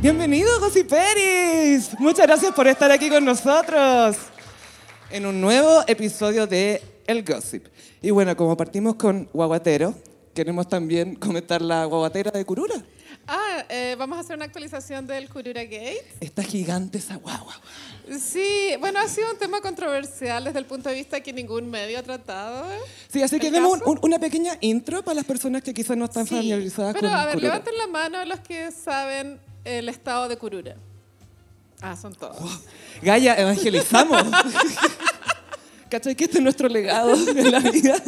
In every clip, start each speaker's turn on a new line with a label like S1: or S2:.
S1: Bienvenido, José Pérez. Muchas gracias por estar aquí con nosotros en un nuevo episodio de El Gossip. Y bueno, como partimos con Guaguatero, queremos también comentar la guaguatera de Curura.
S2: Ah, eh, vamos a hacer una actualización del Curura Gate.
S1: Está gigante esa guagua.
S2: Sí, bueno, ha sido un tema controversial desde el punto de vista que ningún medio ha tratado.
S1: Sí, así que
S2: ¿El
S1: demos
S2: caso?
S1: un- un- una pequeña intro para las personas que quizás no están
S2: Sí,
S1: familiarizadas
S2: pero
S1: con
S2: a ver,
S1: Curura.
S2: levanten la mano los que saben el estado de Curura. Ah, son todos.
S1: Gaya, evangelizamos. ¿Cachai? Que este es nuestro legado de la vida.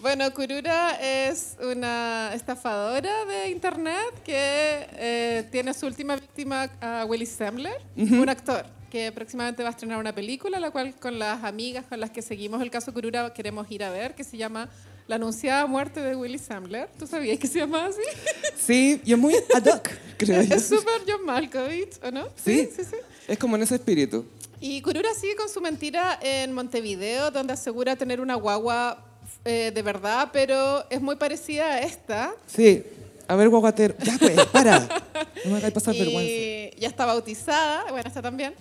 S2: Bueno, Curura es una estafadora de internet que eh, tiene a su última víctima a Willy Sembler, un actor que próximamente va a estrenar una película, la cual con las amigas con las que seguimos el caso Curura queremos ir a ver, que se llama La anunciada muerte de Willy Sembler. ¿Tú sabías que se llama así?
S1: Sí, y es muy ad hoc, creo yo.
S2: es súper John Malkovich, ¿o no?
S1: Sí.
S2: sí, sí.
S1: Es como en ese espíritu.
S2: Y Curura sigue con su mentira en Montevideo, donde asegura tener una guagua eh, de verdad, pero es muy parecida a esta.
S1: Sí. A ver, guaguatero. Ya, pues, para. No me hagáis pasar vergüenza.
S2: y ya está bautizada, bueno, está también.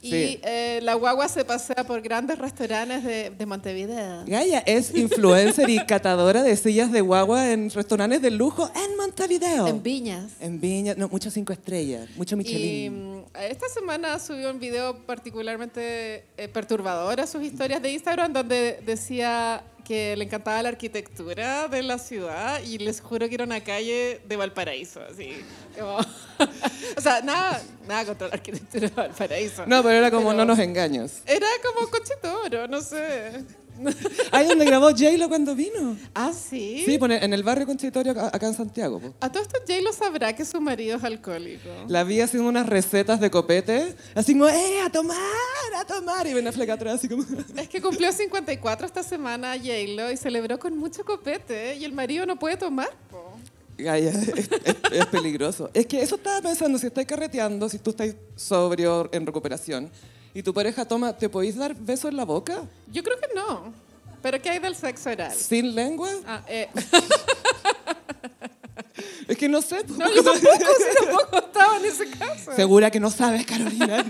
S2: Y
S1: Sí.
S2: eh, la guagua se pasea por grandes restaurantes de, de Montevideo.
S1: Gaya es influencer y catadora de sillas de guagua en restaurantes de lujo en Montevideo.
S2: En viñas.
S1: En Viña. No, mucho cinco estrellas. Mucho
S2: Y
S1: Michelin.
S2: mm, esta semana subió un video particularmente eh, perturbador a sus historias de Instagram donde decía que le encantaba la arquitectura de la ciudad y les juro que era una calle de Valparaíso, así. como- o sea, nada, nada contra la arquitectura de Valparaíso.
S1: No, pero era como
S2: Pero
S1: no nos engañes.
S2: Era como Conchitoro, no sé.
S1: Ahí donde grabó J-Lo cuando vino.
S2: Ah, sí.
S1: Sí, pone- en el barrio Conchitorio acá acá en Santiago. po.
S2: A todo esto Jay lo sabrá que su marido es alcohólico.
S1: La vi haciendo unas recetas de copete, así como, ¡eh, a tomar, a tomar! Y ven a atrás, así como...
S2: Es que cumplió 54 esta semana J-Lo y celebró con mucho copete ¿eh? y el marido no puede tomar. po.
S1: Gaya, es, es- es peligroso. Es que eso estaba pensando, si estás carreteando, si tú estás sobrio, en recuperación, y tu pareja toma, ¿te podéis dar besos en la boca?
S2: Yo creo que no. ¿Pero qué hay del sexo oral?
S1: ¿Sin lengua?
S2: Ah, eh,
S1: Es que no sé. pues. po.
S2: no, yo tampoco, sí, tampoco estaba en ese caso.
S1: Segura que no sabes, Carolina.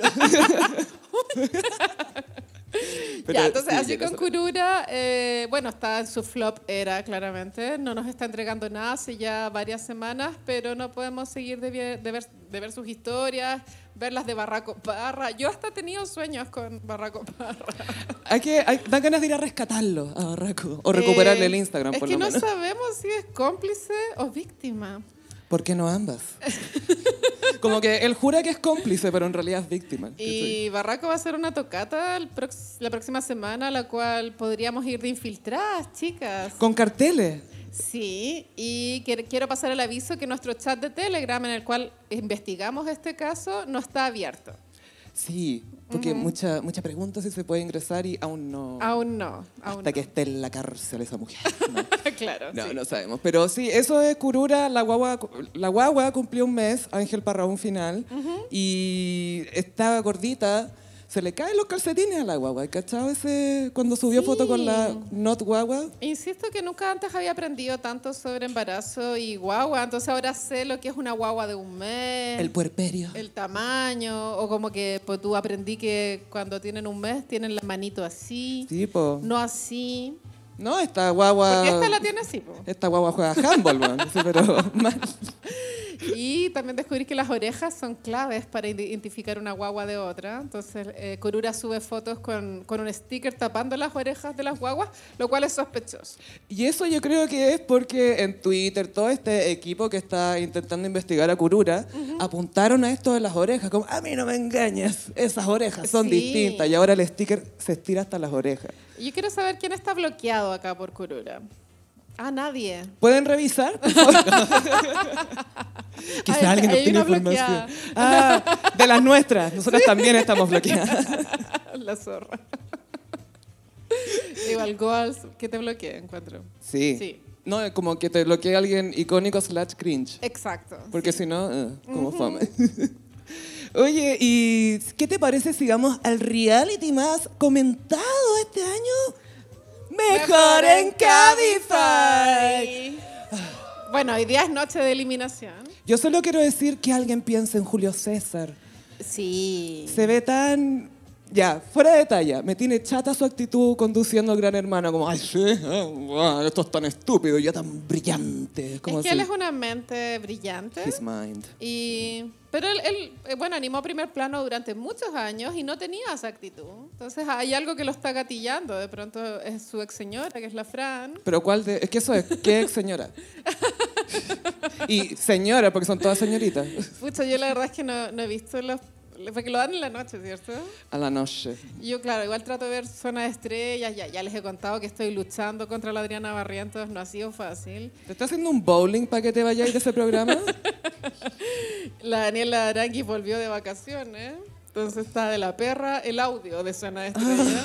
S1: Pero
S2: ya, entonces,
S1: sí,
S2: así
S1: llega
S2: con
S1: a ser-
S2: Kurura, eh, bueno, está en su flop era, claramente. No nos está entregando nada hace ya varias semanas, pero no podemos seguir de, vie- de ver, de ver sus historias, verlas de Barraco Parra. Yo hasta he tenido sueños con Barraco Parra.
S1: Hay que, hay- dan ganas de ir a rescatarlo a Barraco, o recuperarle
S2: Eh,
S1: el Instagram,
S2: Es
S1: por
S2: que
S1: lo
S2: no
S1: menos.
S2: sabemos si es cómplice o víctima.
S1: ¿Por qué no ambas? Como que él jura que es cómplice, pero en realidad es víctima. ¿cachai?
S2: Y Barraco va a hacer una tocata el prox- la próxima semana, la cual podríamos ir de infiltradas, chicas.
S1: Con carteles.
S2: Sí, y que- quiero pasar el aviso que nuestro chat de Telegram, en el cual investigamos este caso, no está abierto.
S1: Sí, porque mucha, mucha pregunta si se puede ingresar y aún no.
S2: Aún no, aún
S1: Oh. hasta que esté en la cárcel esa mujer. No,
S2: no. claro,
S1: no,
S2: sí.
S1: no sabemos. Pero sí, eso es Curura. La guagua, la guagua cumplió un mes, Ángel Parraón final, y estaba gordita. Se le caen los calcetines a la guagua. ¿Cachado ese? Cuando subió foto con la not guagua.
S2: Insisto que nunca antes había aprendido tanto sobre embarazo y guagua, entonces ahora sé lo que es una guagua de un mes.
S1: El puerperio.
S2: el tamaño, o como que pues, tú aprendí que cuando tienen un mes tienen la manito así,
S1: Tipo.
S2: no así.
S1: No, esta guagua.
S2: Porque esta la tiene así, po.
S1: Esta guagua juega handball, man. Sí, pero mal.
S2: Y también descubrí que las orejas son claves para ide- identificar una guagua de otra. Entonces, eh, Corura sube fotos con, con un sticker tapando las orejas de las guaguas, lo cual es sospechoso.
S1: Y eso yo creo que es porque en Twitter todo este equipo que está intentando investigar a Kurura apuntaron a esto de las orejas, como, a mí no me engañes, esas orejas son
S2: Sí.
S1: distintas. Y ahora el sticker se estira hasta las orejas.
S2: Y Yo quiero saber quién está bloqueado acá por Corura. Ah, nadie.
S1: ¿Pueden revisar? por favor?
S2: Hay-
S1: Quizá alguien
S2: hay
S1: obtiene
S2: una
S1: información.
S2: bloqueada.
S1: Ah, de las nuestras, nosotras también estamos bloqueadas.
S2: La zorra. Igual, goals, que te bloquee, encuentro.
S1: Sí.
S2: Sí.
S1: No, es como que te bloquea alguien icónico slash cringe.
S2: Exacto.
S1: Porque si no, eh, como fome. Oye, ¿y qué te parece si vamos al reality más comentado este año? Mejor en Cabify.
S2: Bueno, hoy día es noche de eliminación.
S1: Yo solo quiero decir que alguien piense en Julio César.
S3: Sí.
S1: Se ve tan... Ya, fuera de talla, me tiene chata su actitud conduciendo al Gran Hermano, como, ay, sí, ah, guau, esto es tan estúpido, y yo tan brillante. Como
S2: es que
S1: así.
S2: él es una mente brillante.
S1: His mind.
S2: Y, pero él, él, eh, bueno, animó a primer plano durante muchos años y no tenía esa actitud. Entonces hay algo que lo está gatillando. De pronto es su ex señora, que es la Fran.
S1: Pero cuál de... Es que eso es, ¿qué ex señora? y señora, porque son todas señoritas.
S2: Pucha, yo la verdad es que no, no he visto los... Porque lo dan en la noche, ¿cierto?
S1: A la noche.
S2: Yo, claro, igual trato de ver Zona de Estrellas. Ya, ya les he contado que estoy luchando contra la Adriana Barrientos. No ha sido fácil.
S1: ¿Te está haciendo un bowling para que te vayáis de ese programa?
S2: La Daniela Arangui volvió de vacaciones. Entonces está de la perra el audio de Zona de Estrellas.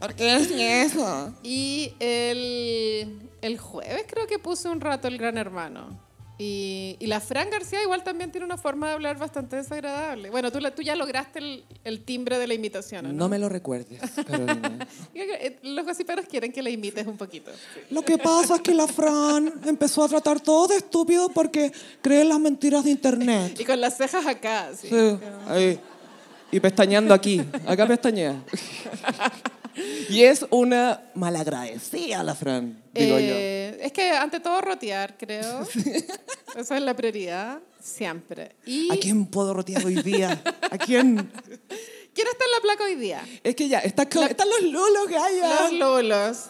S1: ¿Por qué es eso?
S2: Y el, el jueves creo que puse un rato el Gran Hermano. Y, y la Fran García igual también tiene una forma de hablar bastante desagradable. Bueno, tú, la- tú ya lograste el, el timbre de la imitación, ¿o ¿no?
S1: No me lo recuerdes, Carolina.
S2: Yo creo que, eh, Los gossiperos quieren que la imites un poquito.
S1: Lo que pasa es que la Fran empezó a tratar todo de estúpido porque cree en las mentiras de internet.
S2: Y con las cejas acá, sí.
S1: Sí, ahí. Y pestañeando aquí. Acá pestañea. Y es una malagradecida la Fran, digo
S2: Eh, Es que ante todo rotear, creo. Esa es la prioridad, siempre. ¿Y
S1: yo. ¿A quién puedo rotear hoy día? ¿A quién?
S2: quién está en la placa hoy día?
S1: Es que ya, está co- están los lulos,
S2: Los
S1: Gaya.
S2: Lulos.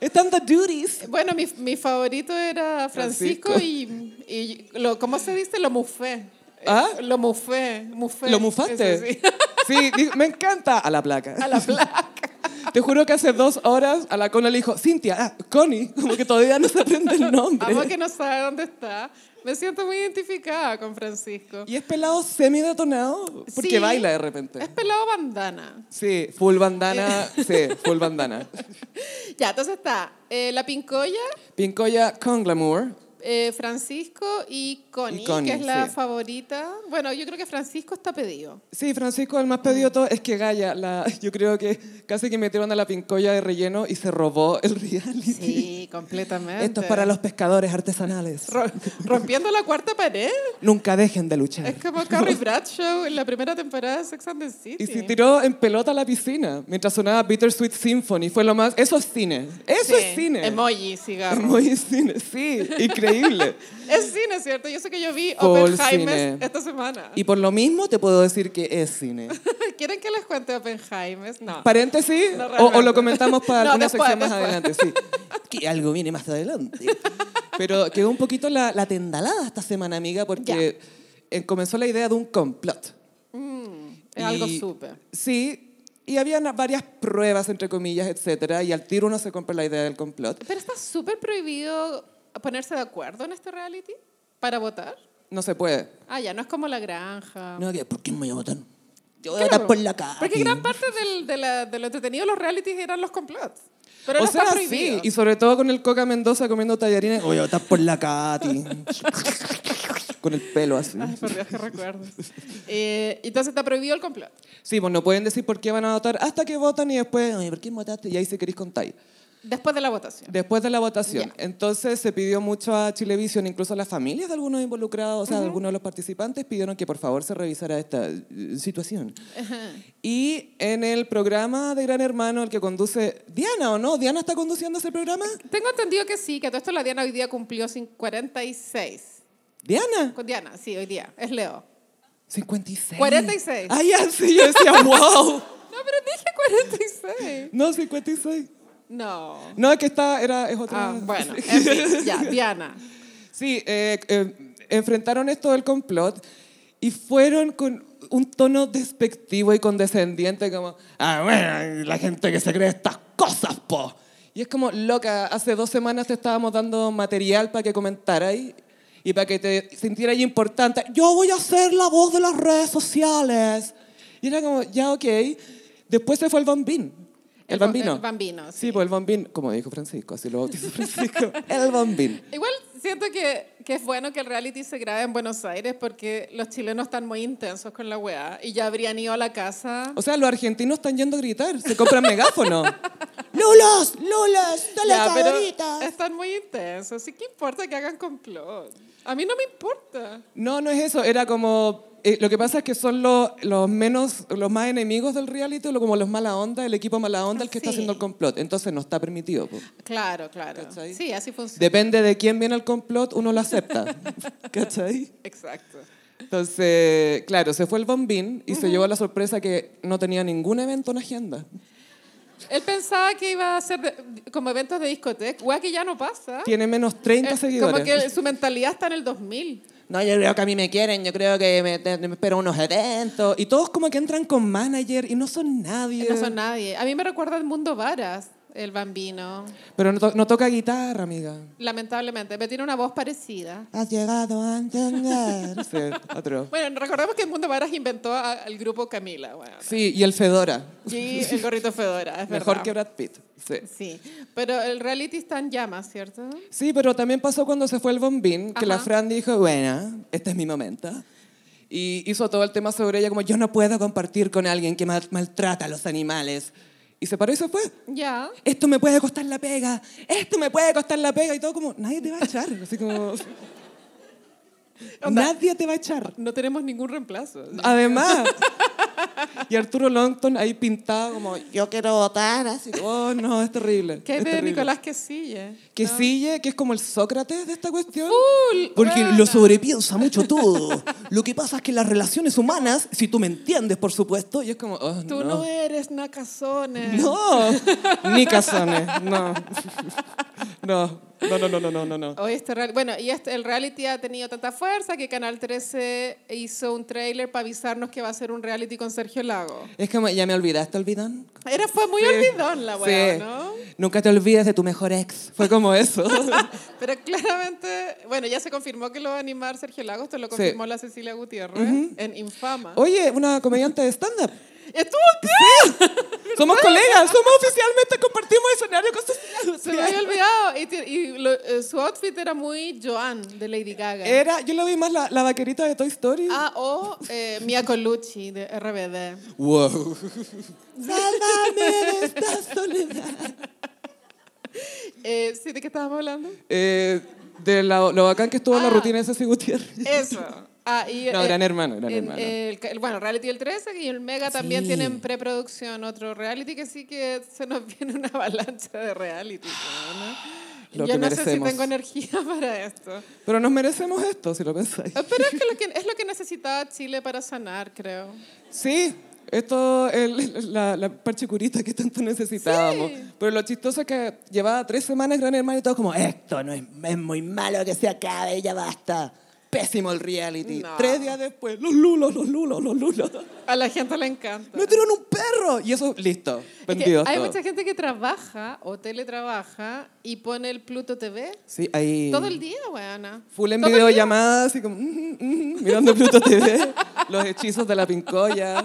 S1: Están the duties.
S2: Eh, Bueno, mi, mi favorito era Francisco, y, y lo, ¿cómo se dice? Lo mufé. Eh,
S1: ¿Ah?
S2: Lo mufé. mufé.
S1: ¿Lo
S2: Eso
S1: mufaste?
S2: sí.
S1: Sí, di- me encanta a la placa.
S2: A la placa.
S1: Te juro que hace dos horas a la Cona le dijo, Cintia, ah, Connie, como que todavía no se aprende el nombre.
S2: Amo que no sabe dónde está. Me siento muy identificada con Francisco.
S1: Y es pelado semi-detonado porque
S2: Sí.
S1: baila de
S2: Es
S1: repente.
S2: pelado bandana.
S1: Sí, full bandana, sí, full bandana.
S2: Ya, entonces está eh, la pincoya,
S1: Pincoya con glamour.
S2: eh, Francisco y Connie,
S1: Y Connie,
S2: que es la
S1: sí.
S2: favorita. Bueno, yo creo que Francisco está pedido.
S1: Sí, Francisco, el más pedido de todo es que Gaya, la, yo creo que casi que metieron a la pincoya de relleno y se robó el reality.
S2: Sí, completamente.
S1: Esto es para los pescadores artesanales.
S2: Ro- rompiendo la cuarta pared.
S1: Nunca dejen de
S2: Es
S1: luchar.
S2: como Carrie Bradshaw en la primera temporada de Sex and the City.
S1: Y se tiró en pelota a la piscina mientras sonaba Bittersweet Symphony. Fue lo más... Eso es cine. Eso
S2: Sí,
S1: es cine.
S2: Emoji, cigarro.
S1: Muy cine, sí, increíble.
S2: Es cine, ¿cierto? Yo sé que yo vi
S1: Full
S2: Oppenheimer
S1: cine.
S2: esta semana.
S1: Y por lo mismo te puedo decir que es cine.
S2: ¿Quieren que les cuente Oppenheimer? No.
S1: Paréntesis,
S2: No,
S1: o, o
S2: realmente.
S1: lo comentamos para
S2: No,
S1: alguna
S2: después,
S1: sección más adelante,
S2: después.
S1: sí. Que algo viene más adelante. Pero quedó un poquito la, la tendalada esta semana, amiga, porque eh, comenzó la idea de un complot.
S2: es algo
S1: Y-
S2: súper.
S1: Sí, y había na- varias pruebas, entre comillas, etcétera, y al tiro uno se compra la idea del complot.
S2: Pero está súper prohibido ponerse de acuerdo en este reality para votar.
S1: No se puede.
S2: Ah, ya, no es como la granja.
S1: No, que, ¿por qué me voy a votar? Yo voy a
S2: Claro,
S1: votar por la cara.
S2: Porque gran parte del, de, la, de lo entretenido de los realities eran los complots. Pero
S1: o
S2: no
S1: sea,
S2: está
S1: sí,
S2: prohibido.
S1: y sobre todo con el Coca Mendoza comiendo tallarines. Voy a votar por la Katy. con el pelo así.
S2: Ay, por Dios, que recuerdos. Eh, entonces está prohibido el complot.
S1: Sí, pues no pueden decir por qué van a votar hasta que votan y después, "Ay, ¿por qué votaste? Y ahí se queréis contar.
S2: Después de la votación.
S1: Después de la votación.
S2: Ya.
S1: Entonces se pidió mucho a Chilevisión, incluso a las familias de algunos involucrados, o sea, de algunos de los participantes, pidieron que por favor se revisara esta eh, situación. Y en el programa de Gran Hermano, el que conduce Diana, ¿o no? ¿Diana está conduciendo ese programa?
S2: Tengo entendido que sí, que todo esto la Diana hoy día cumplió cin- 46.
S1: ¿Diana?
S2: Con Diana, sí, hoy día. Es Leo.
S1: 56.
S2: 46.
S1: Ah, ya, sí, yo decía, wow.
S2: No, pero dije 46.
S1: No, 56.
S2: No.
S1: No, es que está, era, es otra.
S2: Ah, bueno, en fin, ya, Diana.
S1: Sí, eh, eh, enfrentaron esto del complot y fueron con un tono despectivo y condescendiente como, ah, bueno, y la gente que se cree estas cosas, po. Y es como, loca, hace dos semanas te estábamos dando material para que comentaras y para que te sintieras importante. Yo voy a ser la voz de las redes sociales. Y era como, ya, ok. Después se fue el bambín. El,
S2: El bo-
S1: bambino.
S2: el bambino,
S1: Sí,
S2: sí.
S1: pues el bambín, como dijo Francisco, así lo bautizó Francisco. el bambín.
S2: Igual siento que, que es bueno que el reality se grabe en Buenos Aires porque los chilenos están muy intensos con la weá y ya habrían ido a la casa.
S1: O sea, los argentinos están yendo a gritar, se compran megáfono. ¡No
S3: Lulos, Lulos, son las
S2: Ya, pero
S3: favoritas.
S2: están muy intensos. Así que importa que hagan complot. A mí no me importa.
S1: No, no es eso. Era como. eh, lo que pasa es que son los, los menos, los más enemigos del reality, lo- como los mala onda, el equipo mala onda, el que está
S3: Sí.
S1: haciendo el complot. Entonces no está permitido. po.
S2: Claro, claro.
S1: ¿Cachai?
S2: Sí, así funciona.
S1: Depende de quién viene el complot, uno lo acepta. ¿Cachai?
S2: Exacto.
S1: Entonces, claro, se fue el bombín y se llevó la sorpresa que no tenía ningún evento en agenda.
S2: Él pensaba que iba a ser de- como eventos de discoteca, guay que ya no
S3: Ah.
S2: pasa.
S1: Tiene menos 30
S2: Eh,
S1: seguidores.
S2: como que su mentalidad está en el 2000.
S1: No, yo creo que a mí me quieren, yo creo que me, te- me espero unos eventos. Y todos como que entran con manager y no son nadie.
S2: Eh, No son nadie. A mí me recuerda el mundo Varas, el bambino.
S1: Pero no, to- no toca guitarra, amiga.
S2: Lamentablemente, pero tiene una voz parecida.
S3: Has llegado a entender.
S1: Sí, otro.
S2: Bueno, recordemos que el mundo Varas inventó a- al grupo Camila. Bueno,
S1: Sí, y el Fedora.
S2: y el gorrito Fedora. es
S1: Mejor
S2: verdad.
S1: que Brad Pitt. Sí.
S2: Sí, pero el reality está en llamas, ¿cierto?
S1: Sí, pero también pasó cuando se fue el bombín, que la
S2: Ajá.
S1: Fran dijo, bueno, este es mi momento. Y hizo todo el tema sobre ella como, yo no puedo compartir con alguien que mal- maltrata a los animales. Y se paró y se fue.
S2: Ya.
S1: Esto me puede costar la pega, esto me puede costar la pega. Y todo como, nadie te va a echar. Así como, nadie te va a echar.
S2: No tenemos ningún reemplazo.
S1: Además, y Arturo Longton ahí pintado como,
S3: Yo quiero votar así.
S1: oh no, es terrible.
S2: ¿Qué hay
S1: es
S2: de
S1: terrible".
S2: Nicolás Quesille?
S1: Que sigue, que es como el Sócrates de esta cuestión.
S2: Full,
S3: Porque
S2: buena.
S3: lo sobrepiensa mucho todo. Lo que pasa es que las relaciones humanas, si tú me entiendes, por supuesto,
S1: Y es como, oh,
S2: Tú no, eres Nakazone.
S1: No, ni casones, no. No, no, no, no, no, no, no, no.
S2: Hoy este real- bueno, y este- el reality ha tenido tanta fuerza que Canal 13 hizo un tráiler para avisarnos que va a ser un reality con Sergio Lago.
S1: Es como, ya me olvidaste, olvidón.
S2: Era, fue muy olvidón la weá,
S1: Sí.
S2: ¿no?
S1: Nunca te olvides de tu mejor ex. Fue como eso.
S2: Pero claramente, bueno, ya se confirmó que lo va a animar Sergio Lago, esto lo
S1: Sí. Oh.
S2: confirmó la Cecilia Gutiérrez en Infama.
S1: Oye, una comediante de stand-up.
S2: ¡Estuvo acá!
S1: Somos colegas, somos oficialmente, compartimos escenario con Cecilia
S2: Se me
S1: Gutiérrez.
S2: había olvidado. Y, ti- y lo- eh, su outfit era muy Joan de Lady Gaga.
S1: Era, yo la vi más la, la vaquerita de Toy Story.
S2: Ah, o eh, Mia Colucci de RBD.
S1: Wow.
S3: sálvame de esta soledad.
S2: Eh, ¿Sí de qué estábamos hablando?
S1: Eh, de la- lo bacán que estuvo la
S2: Ah.
S1: rutina de Ceci Gutiérrez.
S2: Eso. Ah, y,
S1: No, Gran Hermano, Gran
S2: en
S1: Hermano.
S2: el ca- el- bueno, Reality el 13 y el Mega también tienen preproducción otro reality que sí que se nos viene una avalancha de reality. ¿no?
S1: Lo
S2: Yo
S1: que
S2: no sé si
S1: merecemos.
S2: tengo energía para esto.
S1: Pero nos merecemos esto, si lo pensáis.
S2: Ah, Pero es, que lo que es lo que necesitaba Chile para sanar, creo.
S1: Sí, esto es la, la parche curita que tanto necesitábamos.
S2: Sí.
S1: Pero lo chistoso es que llevaba tres semanas Gran Hermano y todo como, eh,
S3: Esto no es, es muy malo que se acabe, ya basta.
S1: pésimo el reality.
S2: No.
S1: Tres días después, los lulos, los lulos, los lulos.
S2: A la gente le encanta.
S1: Me tiraron un perro y eso, listo,
S2: Es que
S1: vendido.
S2: hay
S1: todo.
S2: mucha gente que trabaja o teletrabaja y pone el Pluto TV
S1: Sí, ahí...
S2: todo el día, weona.
S1: Full en
S2: Todo el
S1: videollamadas, y como, mm, mm, mm, mirando Pluto TV, los hechizos de la pincoya.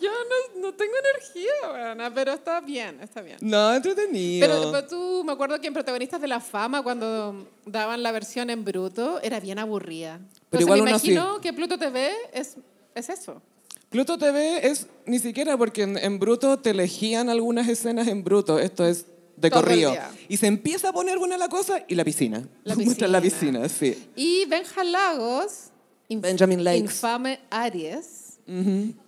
S2: Yo no, no tengo energía, weona, pero está bien, está bien.
S1: No,
S2: Pero,
S1: entretenido.
S2: pero tú, me acuerdo que en Protagonistas de la Fama, cuando daban la versión en bruto, era bien aburrida. Entonces,
S1: Pero igual
S2: me
S1: uno
S2: imagino que Pluto TV es, es eso.
S1: Pluto TV es ni siquiera porque en, en bruto te elegían algunas escenas en bruto, esto es de
S2: Todo el
S1: corrido.
S2: día.
S1: Y se empieza a poner buena la cosa y la piscina.
S2: La
S1: Muestran la
S2: piscina.
S1: piscina, sí.
S2: Y Benja Lagos, inf-
S1: Benjamin Lakes.
S2: infame Aries,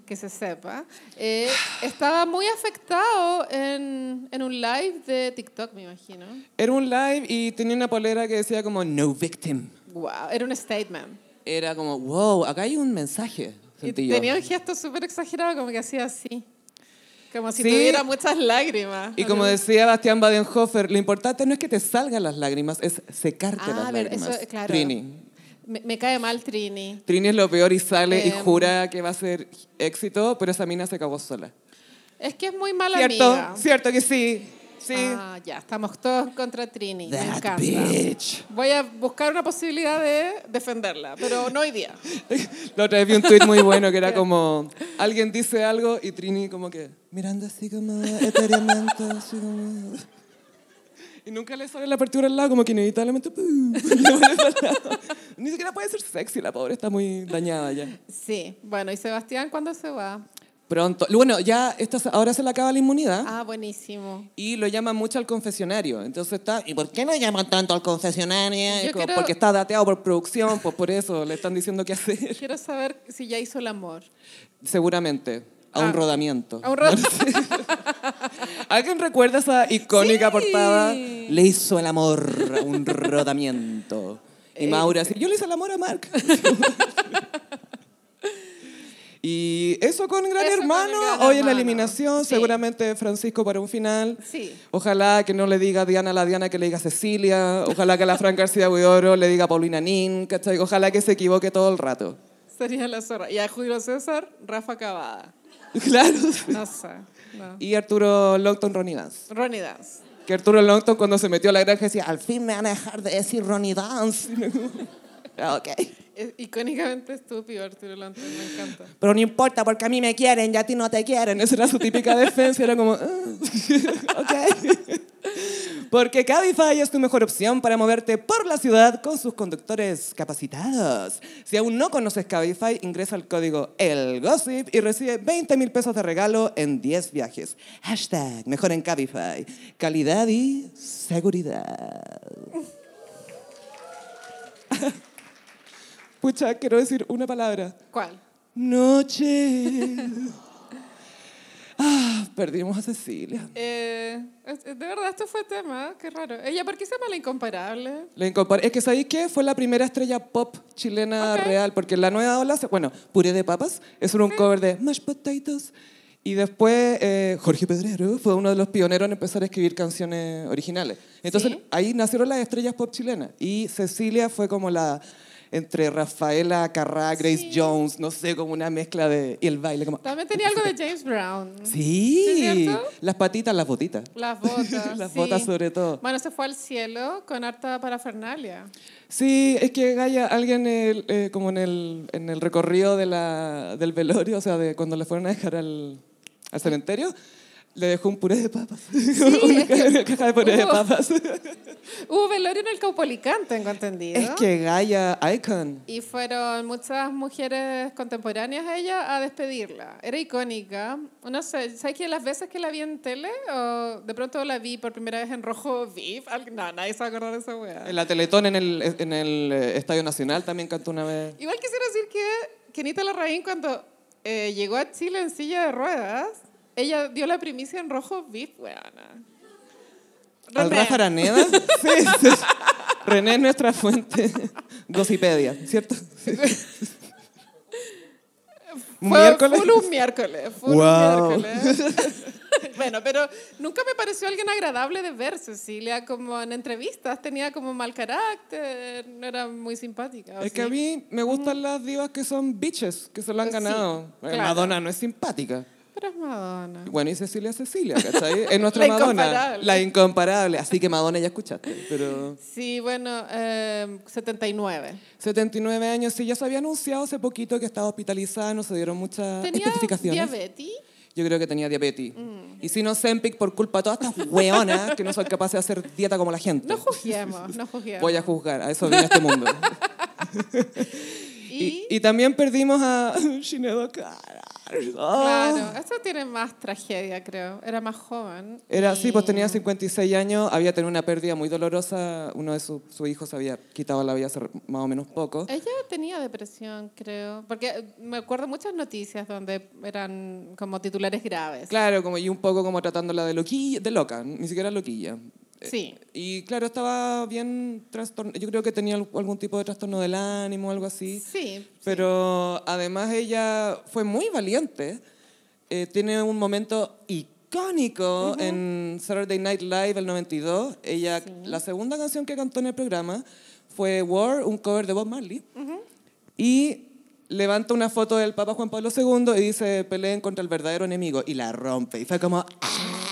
S2: que se sepa, eh, estaba muy afectado en, en un live de TikTok, me imagino.
S1: Era un live y tenía una polera que decía como no victim.
S2: Wow, era un statement.
S1: Era como, wow, acá hay un mensaje.
S2: Y
S1: sentí yo.
S2: tenía un gesto súper exagerado, como que hacía así. Como si
S1: Sí.
S2: tuviera muchas lágrimas.
S1: Y como decía Bastián Badenhofer, lo importante no es que te salgan las lágrimas, es secarte
S2: Ah,
S1: las
S2: a ver,
S1: lágrimas.
S2: eso, claro.
S1: Trini.
S2: Me, me cae mal Trini.
S1: Trini es lo peor y sale y
S2: Em.
S1: jura que va a ser éxito, pero esa mina se acabó sola.
S2: Es que es muy mala
S1: ¿Cierto?
S2: amiga.
S1: ¿Cierto que sí? Sí.
S2: Ah, ya, estamos todos contra Trini. Me
S3: That
S2: encanta.
S3: bitch.
S2: Voy a buscar una posibilidad de defenderla, pero no hoy día.
S1: La otra vez vi un tweet muy bueno que era como, alguien dice algo y Trini como que,
S3: Mirando así como etéreamente, así como...
S1: y nunca le sale la apertura al lado, como que inevitablemente, ¡pum! le vuelve al lado. ni siquiera puede ser sexy, la pobre está muy dañada ya.
S2: Sí, bueno, ¿y Sebastián cuándo se va?
S1: Pronto. Bueno, ya esta, ahora se le acaba la inmunidad
S2: Ah, buenísimo.
S1: y lo llaman mucho al confesionario. Entonces está.
S3: ¿Y por qué no llaman tanto al concesionario?
S2: Yo
S1: como-
S2: quiero-
S1: Porque está dateado por producción, pues por eso le están diciendo qué hacer.
S2: Quiero saber si ya hizo el amor.
S1: Seguramente. A
S2: Ah.
S1: un rodamiento.
S2: A un rato.
S1: ¿Alguien recuerda esa icónica
S2: Sí.
S1: portada?
S3: Le hizo el amor a un rodamiento.
S1: Y Maura así, yo le hice el amor a Mark. y eso con Gran
S2: Eso con
S1: Hermano,
S2: el
S1: hoy en
S2: Gran
S1: la
S2: Hermano.
S1: eliminación,
S2: Sí.
S1: seguramente Francisco para un final.
S2: Sí.
S1: Ojalá que no le diga Diana a la Diana que le diga Cecilia, ojalá que a la Fran García Huidoro le diga Paulina Nin, ¿cachai? Ojalá que se equivoque todo el rato.
S2: Sería la zorra. Y a Julio César, Rafa Cavada.
S1: Claro.
S2: No sé. No.
S1: Y Arturo Longton Ronnie Dance.
S2: Ronnie Dance.
S1: Que Arturo Longton cuando se metió a la granja decía,
S3: Al fin me van a dejar de decir Ronnie Dance.
S1: "Ah, ok.
S2: Es icónicamente estúpido Arturo Lantón, me encanta.
S3: Pero no importa porque a mí me quieren y a ti no te quieren.
S1: Esa era su típica defensa, era como, "Ah".
S3: Ok.
S1: Porque Cabify es tu mejor opción para moverte por la ciudad con sus conductores capacitados. Si aún no conoces Cabify, ingresa el código ELGOSIP y recibe 20 mil pesos de regalo en 10 viajes. Hashtag mejor en Cabify. Calidad y seguridad. Pucha, quiero decir una palabra.
S2: ¿Cuál?
S1: Noche. Ah, perdimos a Cecilia.
S2: Eh, es- de verdad, esto fue tema, qué raro. Ella, ¿por qué se llama la incomparable?
S1: La incorpor- Es que sabéis que fue la primera estrella pop chilena
S2: Ok.
S1: real, porque la nueva ola, se- bueno, Puré de Papas, es un cover de Mashed Potatoes. Y después eh, Jorge Pedrero fue uno de los pioneros en empezar a escribir canciones originales. Entonces
S2: Sí.
S1: ahí nacieron las estrellas pop chilenas. Y Cecilia fue como la, entre Rafaela Carrá, Grace
S2: Sí.
S1: Jones, no sé, como una mezcla de. Y el baile, como.
S2: También tenía algo de James Brown.
S1: Sí, Ah,
S2: ¿Sí es cierto?
S1: las patitas, las botitas.
S2: Las botas.
S1: Las
S2: sí.
S1: botas sobre todo.
S2: Bueno, se fue al cielo con harta parafernalia.
S1: Sí, es que Gaya, alguien el, eh, como en el, en el recorrido de la, del velorio, o sea, de cuando le fueron a dejar al, al cementerio, le dejó un puré de papas. una,
S2: es que-
S1: ca- una caja de puré de
S2: Hubo-
S1: papas.
S2: Hubo velorio en el Caupolicán, tengo entendido.
S1: Es que Gaia Icon.
S2: Y fueron muchas mujeres contemporáneas a ella a despedirla. Era icónica. No sé, ¿sabes que las veces que la vi en tele, o de pronto la vi por primera vez en rojo viv? al- No, nadie se va a acordar de esa weá.
S1: En la Teletón, en el, en el eh, Estadio Nacional, también cantó una vez.
S2: Igual quisiera decir que Kenita Larraín, cuando eh, llegó a Chile en silla de ruedas, ella dio la primicia en rojo viv, weana.
S1: ¿Al Rafa Araneda? sí, sí. René es nuestra fuente. Gocipedia, ¿cierto?
S2: Fue miércoles. Full un miércoles. Full
S1: Wow.
S2: un miércoles. bueno, pero nunca me pareció alguien agradable de ver, Cecilia, como en entrevistas. Tenía como mal carácter, no era muy simpática. ¿o
S1: Es que a
S2: sí?
S1: mí me gustan las divas que son bitches, que se lo han
S2: Sí,
S1: ganado. Eh,
S2: claro.
S1: Madonna no es simpática.
S2: Pero es Madonna.
S1: Bueno, y Cecilia Cecilia, ¿cachai? Es nuestra
S2: La
S1: Madonna.
S2: incomparable.
S1: La incomparable. Así que Madonna ya escuchaste. Pero
S2: Sí, bueno, eh, 79.
S1: 79 años, sí, ya se había anunciado hace poquito que estaba hospitalizada, no se dieron muchas
S2: Tenía
S1: Ah, especificaciones.
S2: diabetes.
S1: Yo creo que tenía diabetes. Y si no, Zempic por culpa de todas estas hueonas que no son capaces de hacer dieta como la gente.
S2: No juzguemos, no juzguemos.
S1: Voy a juzgar, a eso viene este mundo.
S2: y,
S1: y, y también perdimos a Shinedo Cara.
S2: claro,
S1: Oh.
S2: esto tiene más tragedia, creo. Era más joven.
S1: Era,
S2: y-
S1: sí, pues tenía 56 años, había tenido una pérdida muy dolorosa, uno de sus sus hijos se había quitado la vida hace más o menos poco.
S2: Ella tenía depresión, creo, porque eh, me acuerdo muchas noticias donde eran como titulares graves.
S1: Claro, como, y un poco como tratándola de loquilla, de loca, ni siquiera loquilla.
S2: Sí.
S1: Y claro, estaba bien trastornada, yo creo que tenía al- algún tipo de trastorno del ánimo, algo así.
S2: Sí.
S1: Pero además ella fue muy valiente. Eh, tiene un momento icónico en Saturday Night Live el 92. Ella, la segunda canción que cantó en el programa fue War, un cover de Bob Marley. Y levanta una foto del Papa Juan Pablo II y dice, peleen contra el verdadero enemigo. Y la rompe. Y fue como... "Ah".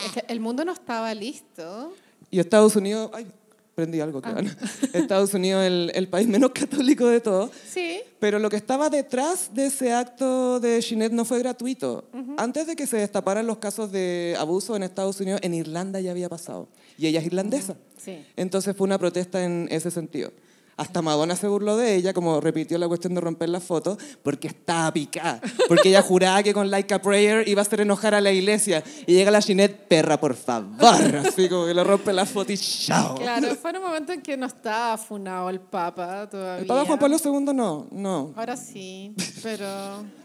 S2: Es que el mundo no estaba listo.
S1: Y Estados Unidos... Ay, prendí algo, creo. ¿no? Estados Unidos, el, el país menos católico de todos.
S2: Sí.
S1: Pero lo que estaba detrás de ese acto de Ginette no fue gratuito. Antes de que se destaparan los casos de abuso en Estados Unidos, en Irlanda ya había pasado. Y ella es irlandesa.
S2: Sí.
S1: Entonces fue una protesta en ese sentido. Hasta Madonna se burló de ella, como repitió la cuestión de romper la foto, porque estaba picada. Porque ella juraba que con Like a Prayer iba a hacer enojar a la iglesia. Y llega la Ginette, perra, por favor. Así como que le rompe la foto y chao.
S2: Claro, fue en un momento en que no estaba funado el Papa todavía.
S1: El Papa Juan Pablo II no, no.
S2: Ahora sí, pero.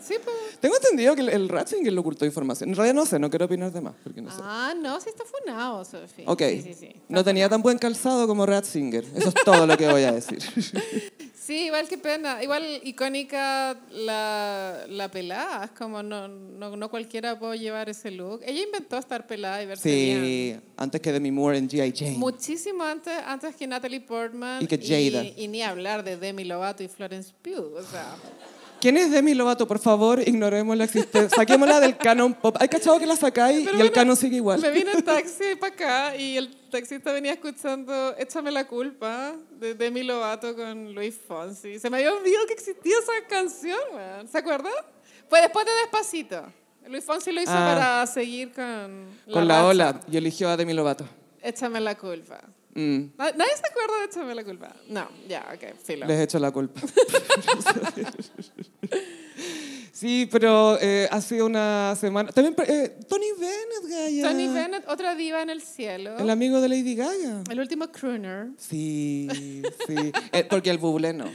S2: Sí, pues.
S1: Tengo entendido que el, el Ratzinger le ocultó información. En realidad no sé, no quiero opinar de más, porque no sé.
S2: Ah, no, sí está funado, Sofi.
S1: Ok.
S2: Sí, sí, sí.
S1: No tenía tan buen calzado como Ratzinger. Eso es todo lo que voy a decir.
S2: Sí, igual qué pena. Igual icónica la, la pelada. Es como no, no, no cualquiera puede llevar ese look. Ella inventó estar pelada y verse bien.
S1: Sí, antes que Demi Moore en G.I. Jane.
S2: Muchísimo antes, antes que Natalie Portman.
S1: Y que Jada.
S2: Y, y ni hablar de Demi Lovato y Florence Pugh. O sea,
S1: ¿Quién es Demi Lovato? Por favor, ignoremos la existencia. Saquémosla del canon pop. Hay cachado que la sacáis
S2: Pero
S1: y el
S2: bueno,
S1: canon sigue igual.
S2: me vine en taxi para acá y el taxista venía escuchando Échame la culpa de Demi Lovato con Luis Fonsi. Se me había olvidado que existía esa canción, weón. ¿Se acuerdan? Fue después de Despacito. Luis Fonsi lo hizo
S1: Ah.
S2: para seguir con
S1: Con la
S2: racha.
S1: ola, y eligió a Demi Lovato.
S2: Échame la culpa.
S1: Mm,
S2: Na- ¿Nadie se acuerda de Échame la culpa? No, ya, ok, filo.
S1: les echo la culpa. sí, pero eh, ha sido una semana. También eh, Tony Bennett, Gaya.
S2: Tony Bennett, otra diva en el cielo.
S1: El amigo de Lady Gaga.
S2: El último crooner.
S1: Sí, sí. Eh, porque el buble no.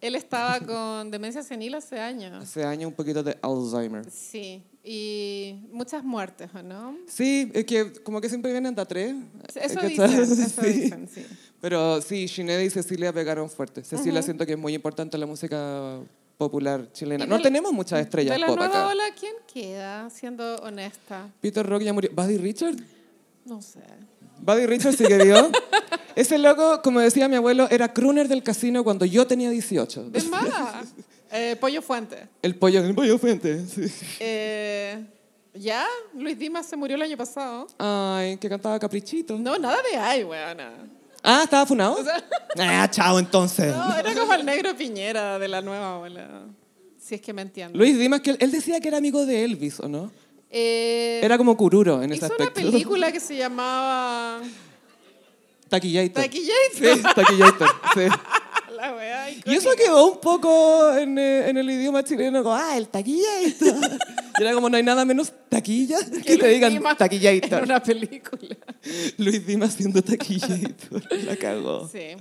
S2: Él estaba con demencia senil hace años.
S1: Hace años un poquito de Alzheimer.
S2: Sí, y muchas muertes, ¿o no?
S1: Sí, es que como que siempre vienen de a tres.
S2: Eso
S1: ¿cachai?
S2: dicen, eso
S1: Sí.
S2: dicen, sí.
S1: Pero sí, Sinead y Cecilia pegaron fuerte. Cecilia siento que es muy importante en la música popular chilena.
S2: Y
S1: No
S2: del-
S1: tenemos muchas estrellas
S2: De la
S1: pop
S2: nueva
S1: acá.
S2: ola, ¿quién queda, siendo honesta?
S1: Peter Rock ya murió. ¿Buddy Richard?
S2: No sé.
S1: ¿Buddy Richard sigue vivo? Ese loco, como decía mi abuelo, era crooner del casino cuando yo tenía 18.
S2: De más, eh, Pollo Fuente.
S1: El pollo, el pollo fuente. sí.
S2: Eh, ¿Ya? Luis Dimas se murió el año pasado.
S1: Ay, que cantaba Caprichito.
S2: No, nada de ay, weona.
S1: Ah, ¿estaba funado?
S3: Ah, chao entonces.
S2: No, era como el negro Piñera de la nueva ola. Si es que me entiendo.
S1: Luis Dimas, que él, él decía que era amigo de Elvis, ¿o no?
S2: Eh,
S1: Era como cururo en ese
S2: hizo
S1: aspecto.
S2: una película que se llamaba
S1: Taquillator.
S2: Taquillator.
S1: Sí, Taquillator, sí.
S2: La wea
S1: Y eso
S2: icónica.
S1: quedó un poco en, eh, en el idioma chileno, como, ah, el taquillator. Y era como, no hay nada menos taquilla que te
S2: Luis
S1: digan
S2: Dimas
S1: taquillator.
S2: En una película.
S1: Luis Dimas siendo taquillator. La cagó.
S2: Sí.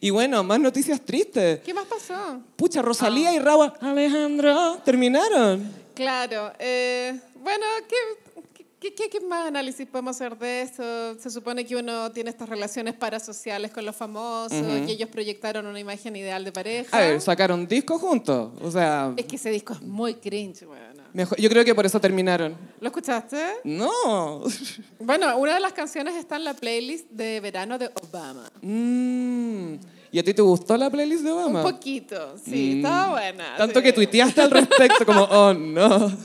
S1: Y bueno, más noticias tristes.
S2: ¿Qué más pasó?
S1: Pucha, Rosalía
S2: Ah.
S1: y Raúl Alejandro terminaron.
S2: Claro. eh, bueno, ¿qué, qué, qué- qué más análisis podemos hacer de esto? Se supone que uno tiene estas relaciones parasociales con los famosos y ellos proyectaron una imagen ideal de pareja.
S1: A ver, sacaron disco juntos. O sea,
S2: es que ese disco es muy cringe, bueno.
S1: mejor- yo creo que por eso terminaron.
S2: ¿Lo escuchaste?
S1: No.
S2: Bueno, una de las canciones está en la playlist de verano de Obama.
S1: Mm. ¿Y a ti te gustó la playlist de Obama? Mm.
S2: Un poquito, sí, estaba buena.
S1: Tanto
S2: sí.
S1: que tuiteaste al respecto, como, oh no.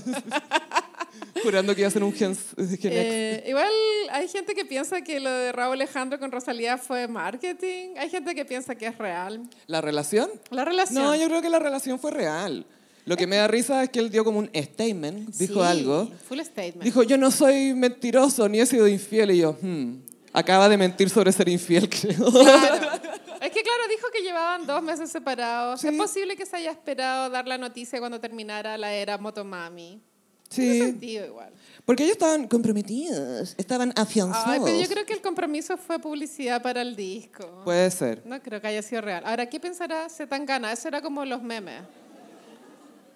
S1: Jurando que iba a ser un gen, gen X.
S2: Eh, igual hay gente que piensa que lo de Raúl Alejandro con Rosalía fue marketing, hay gente que piensa que es real.
S1: ¿La relación?
S2: La Eh. relación.
S1: No, yo creo que la relación fue real. Lo que me da risa es que él dio como un statement, dijo
S2: Sí,
S1: algo.
S2: Full statement.
S1: Dijo, yo no soy mentiroso ni he sido infiel. Y yo, hmm, acaba de mentir sobre ser infiel, creo.
S2: Claro. Es que claro, dijo que llevaban dos meses separados.
S1: Sí.
S2: Es posible que se haya esperado dar la noticia cuando terminara la era Motomami. Tiene
S1: Sí,
S2: sentido igual.
S1: porque ellos estaban comprometidos, estaban afianzados.
S2: Ay, pero yo creo que el compromiso fue publicidad para el disco.
S1: Puede ser.
S2: No creo que haya sido real. Ahora, ¿qué pensará Zetangana? Eso era como los memes.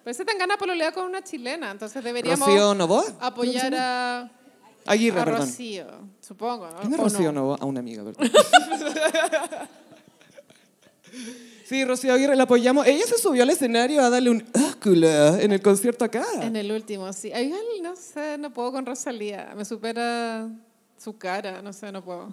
S2: Pero Zetangana pololea con una chilena, entonces deberíamos
S1: ¿Rocío Novoa?
S2: apoyar a,
S1: Aguirre,
S2: a
S1: perdón.
S2: Rocío, supongo. ¿no?
S1: ¿Quién es
S2: ¿O
S1: Rocío
S2: no?
S1: Novoa? A una amiga, perdón. sí, Rocío Aguirre, la apoyamos. Ella se subió al escenario a darle un ósculo en el concierto acá.
S2: En el último, sí. Ay, igual, no sé, no puedo con Rosalía. Me supera su cara, no sé, no puedo.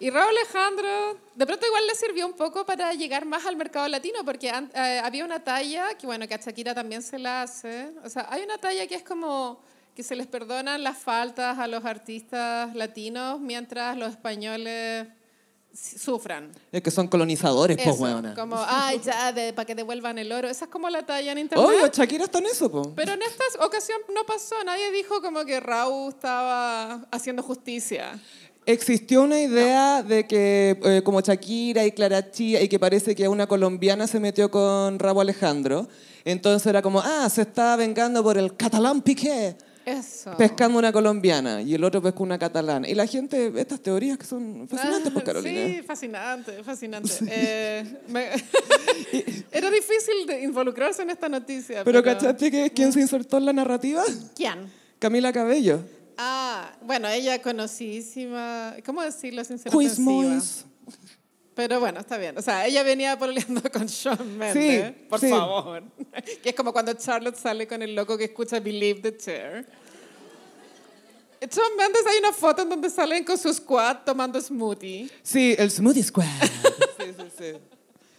S2: Y Raúl Alejandro, de pronto igual le sirvió un poco para llegar más al mercado latino, porque an- eh, había una talla que, bueno, que a Shakira también se la hace. O sea, hay una talla que es como que se les perdonan las faltas a los artistas latinos mientras los españoles s- sufran.
S1: Es que son colonizadores,
S2: Eso,
S1: pues, huevona.
S2: como, ay, ya, para que devuelvan el oro. Esa es como la talla en internet.
S1: Obvio, Shakira está en eso, po.
S2: Pero en esta ocasión no pasó, nadie dijo como que Raúl estaba haciendo justicia.
S1: Existió una idea de que, eh, como Shakira y Clara Chía, y que parece que una colombiana se metió con Rabo Alejandro. Entonces era como, ah, se está vengando por el catalán Piqué,
S2: Eso.
S1: pescando una colombiana, y el otro pescó una catalana. Y la gente, estas teorías que son fascinantes, por
S2: Ah,
S1: Carolina.
S2: Sí, fascinante, fascinante. Eh, me- Era difícil de involucrarse en esta noticia.
S1: Pero, ¿cachaste que quién se insertó en la narrativa?
S2: ¿Quién?
S1: Camila Cabello.
S2: Ah, bueno, ella conocidísima. ¿Cómo decirlo sin ser
S1: Quiz
S2: ofensiva?
S1: Mois.
S2: Pero bueno, está bien. O sea, ella venía pololeando con Sean Mendes,
S1: Sí,
S2: por
S1: sí.
S2: favor. Que es como cuando Charlotte sale con el loco que escucha Believe the Chair. Sean Mendes, hay una foto en donde salen con su squad tomando smoothie.
S1: Sí, el Smoothie Squad. sí, sí, sí.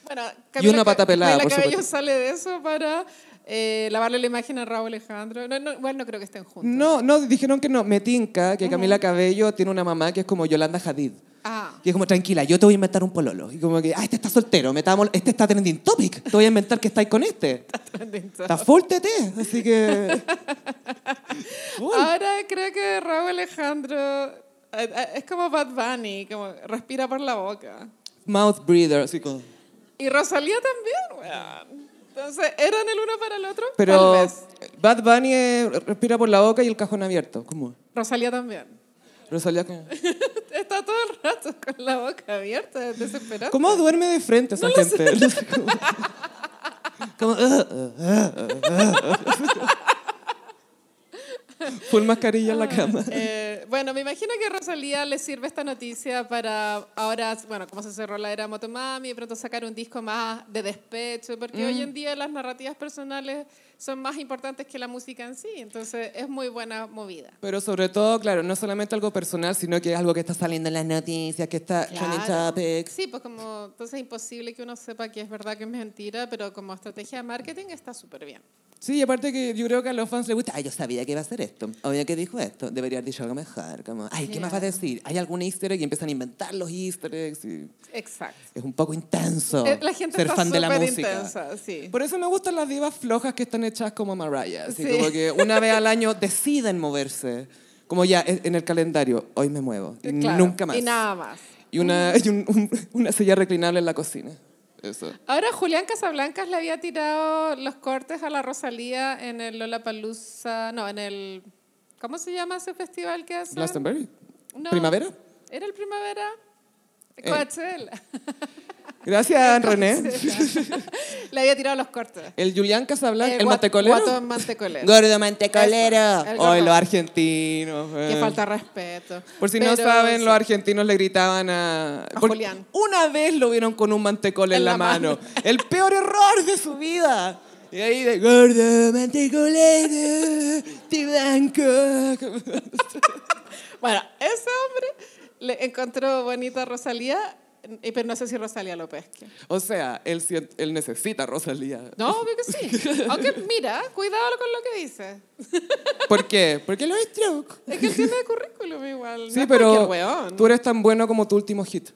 S2: Bueno,
S1: una pata pelada,
S2: Camila
S1: por
S2: Cabello
S1: supuesto.
S2: sale de eso para eh, lavarle la imagen a Raúl Alejandro. No, no, igual no creo que estén juntos.
S1: No, no, dijeron que no. Me tinca que Camila Cabello tiene una mamá que es como Yolanda Hadid.
S2: Ah,
S3: Y es como, tranquila, yo te voy a inventar un pololo. Y como que, ah, este está soltero, metamos, este está trending topic, te voy a inventar que estáis con este. Está full TT, así que...
S2: Ahora creo que Raúl Alejandro eh, eh, es como Bad Bunny, como respira por la boca.
S1: Mouth breather, así como...
S2: Y Rosalía también, weón. Entonces, ¿eran el uno para el otro? Tal
S1: Pero
S2: vez.
S1: Bad Bunny eh, respira por la boca y el cajón abierto. ¿Cómo?
S2: Rosalía también.
S1: Rosalía como-
S2: Está todo el rato con la boca abierta, desesperada.
S1: ¿Cómo duerme de frente esa gente? No sé cómo. Como, "Ah, ah, ah, ah, ah". Full mascarilla en la cama.
S2: Eh, bueno, me imagino que a Rosalía le sirve esta noticia para ahora, bueno, como se cerró la era Motomami, de pronto sacar un disco más de despecho, porque
S1: Mm.
S2: hoy en día las narrativas personales son más importantes que la música en sí, entonces es muy buena movida.
S1: Pero sobre todo, claro, no solamente algo personal, sino que es algo que está saliendo en las noticias, que está trending
S2: Claro.
S1: topics.
S2: Sí, pues como, entonces es imposible que uno sepa que es verdad, que es mentira, pero como estrategia de marketing está súper bien.
S1: Sí, y aparte que yo creo que a los fans les gusta, ay, yo sabía que iba a hacer esto, obvio que dijo esto, debería haber dicho algo mejor, como, ay, ¿qué más va a decir? ¿Hay algún easter egg? Y empiezan a inventar los easter eggs y
S2: Exacto.
S1: es un poco intenso
S2: Eh, La gente
S1: ser
S2: está
S1: fan de la
S2: súper
S1: música.
S2: intensa, sí.
S1: Por eso me gustan las divas flojas que están hechas como Mariah, así
S2: Sí.
S1: como que una vez al año deciden moverse, como ya e, en en el calendario, hoy me muevo, y
S2: Claro,
S1: nunca más.
S2: Y nada más.
S1: Y una, y un- un- una silla reclinable en la cocina. Eso.
S2: Ahora Julián Casablancas le había tirado los cortes a la Rosalía en el Lollapalooza, no, en el ¿cómo se llama ese festival que hace?
S1: Glastonbury.
S2: No.
S1: Primavera.
S2: Era el Primavera.
S1: Eh.
S2: Coachella.
S1: Gracias, René.
S2: le había tirado los cortes.
S1: El Julián Casablanca,
S2: Eh,
S1: el
S2: guat-
S1: mantecolero.
S2: guatón mantecolero.
S1: Gordo mantecolero.
S2: Eso, el
S1: Hoy
S2: gordo.
S1: los argentinos.
S2: Que
S1: eh.
S2: falta respeto.
S1: Por si no
S2: Pero
S1: saben,
S2: sí.
S1: los argentinos le gritaban a,
S2: A
S1: por-
S2: Julián.
S1: Una vez lo vieron con un mantecol en, la, mano. El peor error de su vida. Y ahí de gordo mantecolero, te blanco.
S2: Bueno, ese hombre le encontró bonita a Rosalía, eh, pero no sé si Rosalía lo pesque.
S1: O sea, él, sient- él necesita a Rosalía.
S2: No, obvio que sí. Aunque mira, cuidado con lo que dice.
S1: ¿Por qué? Porque lo es Stroke.
S2: Es que él tiene currículum igual.
S1: Sí,
S2: no es
S1: pero
S2: cualquier weón.
S1: tú eres tan bueno como tu último hit.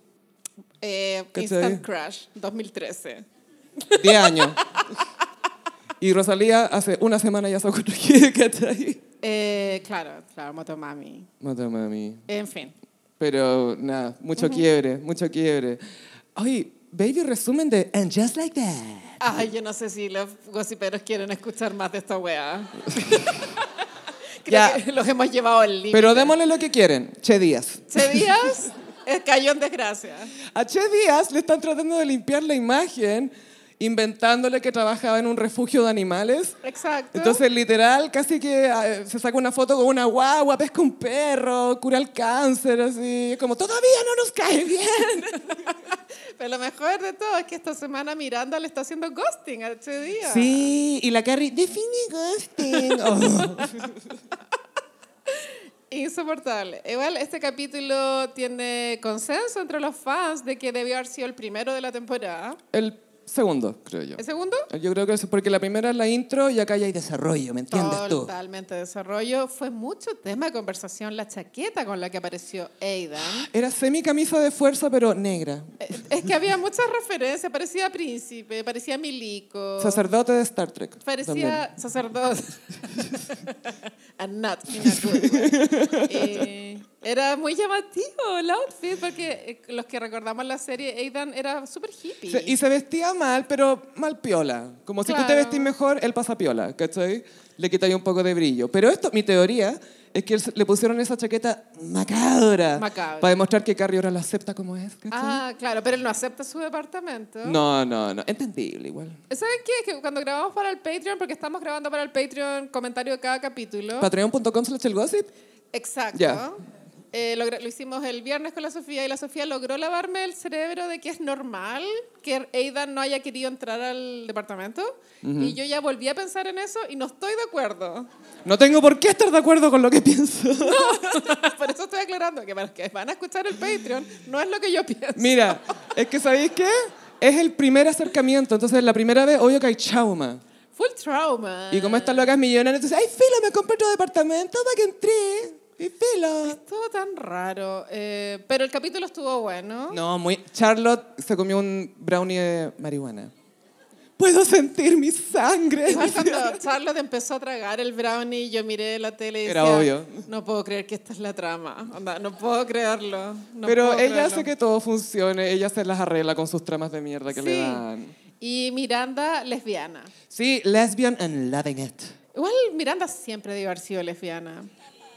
S2: Eh,
S1: ¿Cachai?
S2: Instant Crush, 2013.
S1: 10 años. Y Rosalía hace una semana ya sacó otro hit, ¿cachai?
S2: Eh, claro, claro, Motomami.
S1: Mata mami.
S2: En fin.
S1: Pero nada, mucho quiebre, mucho quiebre. Ay, baby, resumen de And Just Like That.
S2: Ay, yo no sé si los gossiperos quieren escuchar más de esta wea. Creo
S1: Ya.
S2: que los hemos llevado al límite.
S1: Pero démosle lo que quieren. Che Díaz.
S2: Che Díaz eh, cayó en desgracia.
S1: A Che Díaz le están tratando de limpiar la imagen inventándole que trabajaba en un refugio de animales.
S2: Exacto.
S1: Entonces, literal, casi que eh, se saca una foto con una guagua, pesca un perro, cura el cáncer, así. Es como, todavía no nos cae bien.
S2: Pero lo mejor de todo es que esta semana Miranda le está haciendo ghosting a Che Díaz.
S1: Sí, y la Carrie, define ghosting. Oh.
S2: Insoportable. Igual este capítulo tiene consenso entre los fans de que debió haber sido el primero de la temporada.
S1: El segundo, creo yo.
S2: ¿El segundo?
S1: Yo creo que es porque la primera es la intro y acá ya hay desarrollo, ¿me entiendes tú?
S2: Totalmente desarrollo. Fue mucho tema de conversación la chaqueta con la que apareció Aidan.
S1: Era semi camisa de fuerza, pero negra.
S2: Eh, Es que había muchas referencias. Parecía príncipe, parecía milico.
S1: Sacerdote de Star Trek.
S2: Oh. Parecía
S1: también.
S2: sacerdote. I'm not in a good way. Eh, Era muy llamativo el outfit, porque eh, los que recordamos la serie, Aidan era súper hippie.
S1: Se- y se vestía mal, pero mal piola. Como si tú te
S2: Claro.
S1: vestís mejor, él pasa piola, ¿cachai? Le quitáis un poco de brillo. Pero esto, mi teoría, es que él se- le pusieron esa chaqueta macabra.
S2: Macabra.
S1: Para demostrar que Carrie ahora la acepta como es, ¿cachai?
S2: ah, claro, pero él no acepta su departamento.
S1: No, no, no. Entendible igual.
S2: ¿Saben qué? Que cuando grabamos para el Patreon, porque estamos grabando para el Patreon comentario de cada capítulo.
S1: Patreon.com slash el gossip.
S2: Exacto.
S1: Ya.
S2: Eh, logra- lo, hicimos el viernes con la Sofía y la Sofía logró lavarme el cerebro de que es normal que Aidan no haya querido entrar al departamento. Y yo ya volví a pensar en eso y no estoy de acuerdo.
S1: No tengo por qué estar de acuerdo con lo que pienso.
S2: Por eso estoy aclarando que para los que van a escuchar el Patreon, no es lo que yo pienso.
S1: Mira, es que ¿sabéis qué? Es el primer acercamiento. Entonces, la primera vez, obvio que hay chauma.
S2: Full trauma.
S1: Y como estas locas millonarias, entonces, ay, filo, me compré otro departamento para que entré. Y filo.
S2: Todo tan raro. Eh, pero el capítulo estuvo bueno.
S1: No, muy. Charlotte se comió un brownie de marihuana. Puedo sentir mi sangre.
S2: Igual cuando Charlotte empezó a tragar el brownie, yo miré la tele y
S1: Era
S2: decía,
S1: obvio.
S2: no puedo creer que esta es la trama. Onda, no puedo creerlo. no
S1: Pero
S2: puedo
S1: ella
S2: creerlo".
S1: hace que todo funcione, ella se las arregla con sus tramas de mierda que le
S2: Sí.
S1: dan.
S2: Y Miranda, lesbiana.
S1: Sí, lesbian and loving it.
S2: Igual Miranda siempre debe haber sido lesbiana.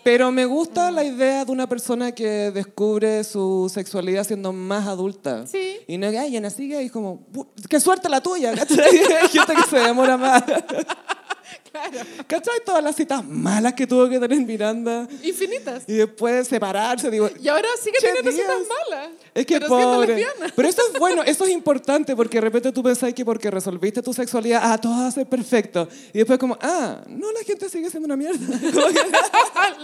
S1: Pero me gusta la idea de una persona que descubre su sexualidad siendo más adulta.
S2: Sí.
S1: Y no que, ay, ya nací gay", es como, "Bu- qué suerte la tuya, ¿cachai? Hay gente que se demora más.
S2: Claro.
S1: ¿Cachai? Todas las citas malas que tuvo que tener Miranda.
S2: Infinitas.
S1: Y después separarse, digo...
S2: Y ahora sí que
S1: "Che,
S2: tiene citas
S1: Dios".
S2: malas.
S1: Es que
S2: pero siendo
S1: pobre.
S2: lesbiana.
S1: Pero eso es bueno, eso es importante porque de repente tú pensás que porque resolviste tu sexualidad, ah, todo va a ser perfecto. Y después como, ah, no, la gente sigue siendo una mierda. Como que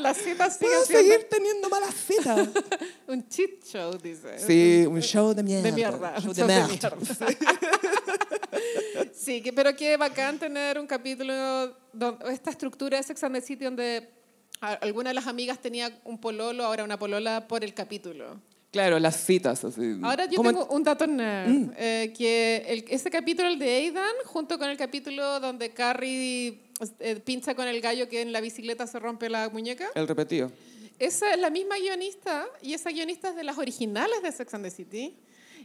S2: Las citas siguen
S1: Puedo
S2: siendo
S1: seguir teniendo malas citas.
S2: un cheat show, dice.
S1: Sí, un show de mierda.
S2: De mierda.
S1: Show
S2: un
S1: de
S2: show de
S1: mierda.
S2: mierda. Sí, que- pero qué bacán tener un capítulo, don- esta estructura de Sex and the City donde a- alguna de las amigas tenía un pololo, ahora una polola por el capítulo.
S1: Claro, las citas así.
S2: Ahora yo
S1: Como-
S2: tengo un dato nerd,
S1: Mm.
S2: eh, que el- ese capítulo, el de Aidan, junto con el capítulo donde Carrie eh, pincha con el gallo que en la bicicleta se rompe la muñeca,
S1: El repetido.
S2: esa es la misma guionista y esa guionista es de las originales de Sex and the City.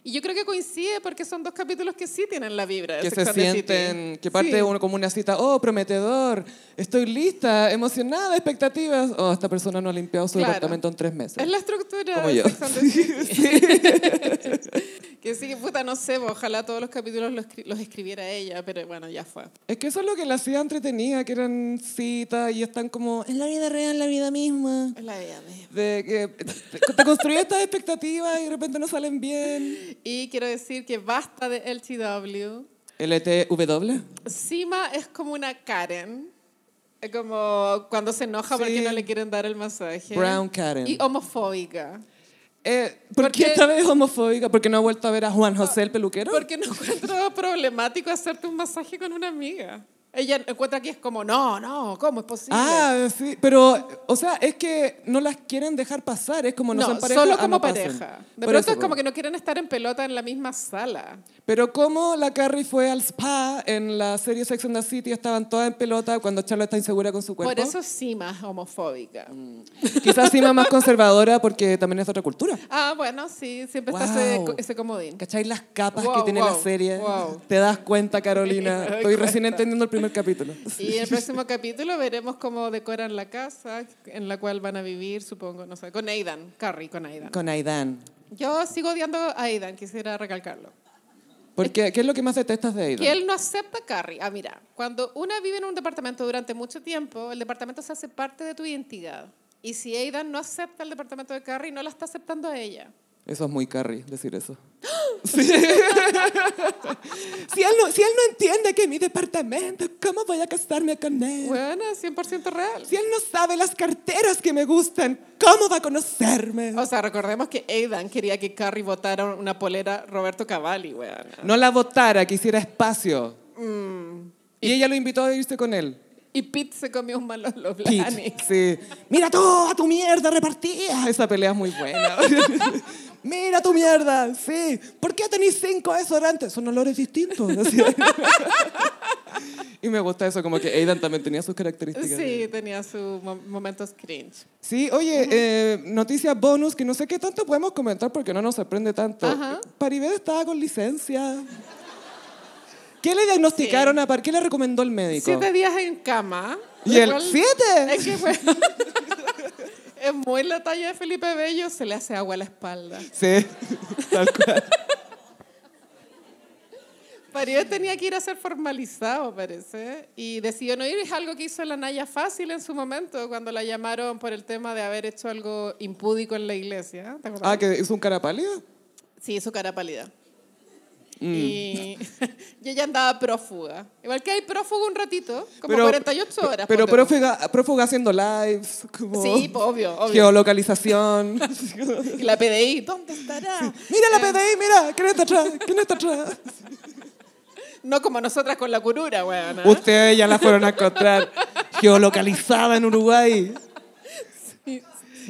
S2: Y yo creo que coincide porque son dos capítulos que sí tienen la vibra de
S1: Que
S2: Sex
S1: se
S2: and the
S1: sienten,
S2: City.
S1: que parte
S2: Eh, Sí.
S1: uno como una cita, oh, prometedor, estoy lista, emocionada, expectativas. Oh, esta persona no ha limpiado su
S2: Claro.
S1: departamento en tres meses.
S2: Es la estructura
S1: Como
S2: de
S1: yo.
S2: Sex and the City. que sí, que puta, no sé, pues, ojalá todos los capítulos los, escri- los escribiera ella, pero bueno, ya fue.
S1: Es que eso es lo que la hacía entretenida, que eran citas y están como en la vida real, en la vida misma.
S2: Es la vida misma.
S1: De que te, te construyes estas expectativas y de repente no salen bien.
S2: Y quiero decir que basta de LTW.
S1: ¿LTW?
S2: Sima es como una Karen. Eh, Como cuando se enoja
S1: Sí.
S2: porque no le quieren dar el masaje.
S1: Brown Karen.
S2: Y homofóbica.
S1: Eh, ¿Por
S2: Porque-
S1: qué esta vez es homofóbica? ¿Porque no ha vuelto a ver a Juan
S2: Ah,
S1: José el peluquero?
S2: Porque no encuentro problemático hacerte un masaje con una amiga. Ella encuentra que es como, no, no, ¿cómo es posible?
S1: Ah, sí, pero, o sea, es que no las quieren dejar pasar, es como no,
S2: no,
S1: son pareja.
S2: solo
S1: ah,
S2: como
S1: no pasen.
S2: pareja. De
S1: Por
S2: pronto
S1: eso,
S2: es como
S1: pues.
S2: que no quieren estar en pelota en la misma sala.
S1: Pero como la Carrie fue al spa en la serie Sex and the City, estaban todas en pelota cuando Charlotte está insegura con su cuerpo. Mm.
S2: Por eso Sima es homofóbica.
S1: Quizás Sima más conservadora porque también es de otra cultura.
S2: Ah, bueno, sí, siempre está ese,
S1: Wow.
S2: ese comodín.
S1: ¿Cachai las capas que
S2: Wow,
S1: tiene la
S2: wow,
S1: serie?
S2: wow.
S1: Te das cuenta,
S2: Me
S1: Carolina.
S2: doy
S1: Estoy recién entendiendo el primer capítulo.
S2: Y en el próximo capítulo veremos cómo decoran la casa en la cual van a vivir, supongo, no sé, con Aidan, Carrie con Aidan.
S1: Con Aidan.
S2: Yo sigo odiando a Aidan, quisiera recalcarlo.
S1: Porque, ¿qué es lo que más detestas de Aidan?
S2: Que él no acepta a Carrie. Ah, mira, cuando una vive en un departamento durante mucho tiempo, el departamento se hace parte de tu identidad. Y si Aidan no acepta el departamento de Carrie, no la está aceptando a ella.
S1: Eso es muy Carrie, decir eso. Sí. si, él no, si él no entiende que mi departamento, ¿cómo voy a casarme con él?
S2: Bueno, 100% real.
S1: Si él no sabe las carteras que me gustan, ¿cómo va a conocerme?
S2: O sea, recordemos que Aidan quería que Carrie votara una polera Roberto Cavalli, weón.
S1: No la votara, que hiciera espacio.
S2: Mm.
S1: Y ella lo invitó a irse con él.
S2: Y Pete se comió un malo
S1: Pete,
S2: Lovelace.
S1: sí. Mira tú, a tu mierda repartida. Esa pelea es muy buena. Mira tu mierda, sí. ¿Por qué tenéis cinco desodorantes? Son olores distintos. Así. y Y me gusta eso, como que Aidan también tenía sus características.
S2: Sí, tenía sus mo- momentos cringe.
S1: Sí, oye, eh, noticia bonus que no sé qué tanto podemos comentar porque no nos sorprende tanto.
S2: Ajá.
S1: Paribet estaba con licencia. ¿Qué le diagnosticaron a Par? ¿Qué le recomendó el médico?
S2: Siete días en cama.
S1: ¿Y el
S2: Igual-
S1: siete?
S2: Es que fue... es muy la talla de Felipe Bello, se le hace agua a la espalda.
S1: Sí, tal cual.
S2: Paribet tenía que ir a ser formalizado, parece, y decidió no ir. Es algo que hizo la Naya Fácil en su momento, cuando la llamaron por el tema de haber hecho algo impúdico en la iglesia. ¿Te acordás?
S1: Ah, que hizo un cara pálida.
S2: Sí, su cara pálida.
S1: mm.
S2: Y, y ella andaba prófuga. Igual que hay prófugo un ratito, como 48 horas.
S1: Pero
S2: ponte tú.
S1: prófuga, prófuga haciendo lives, como
S2: Sí, po, obvio, obvio.
S1: geolocalización.
S2: Y la PDI, ¿dónde estará?
S1: mira la
S2: Eh,
S1: PDI, mira, ¿quién está atrás? ¿Quién está atrás?
S2: No como nosotras con la curura, weón.
S1: Ustedes ya la fueron a encontrar geolocalizada en Uruguay.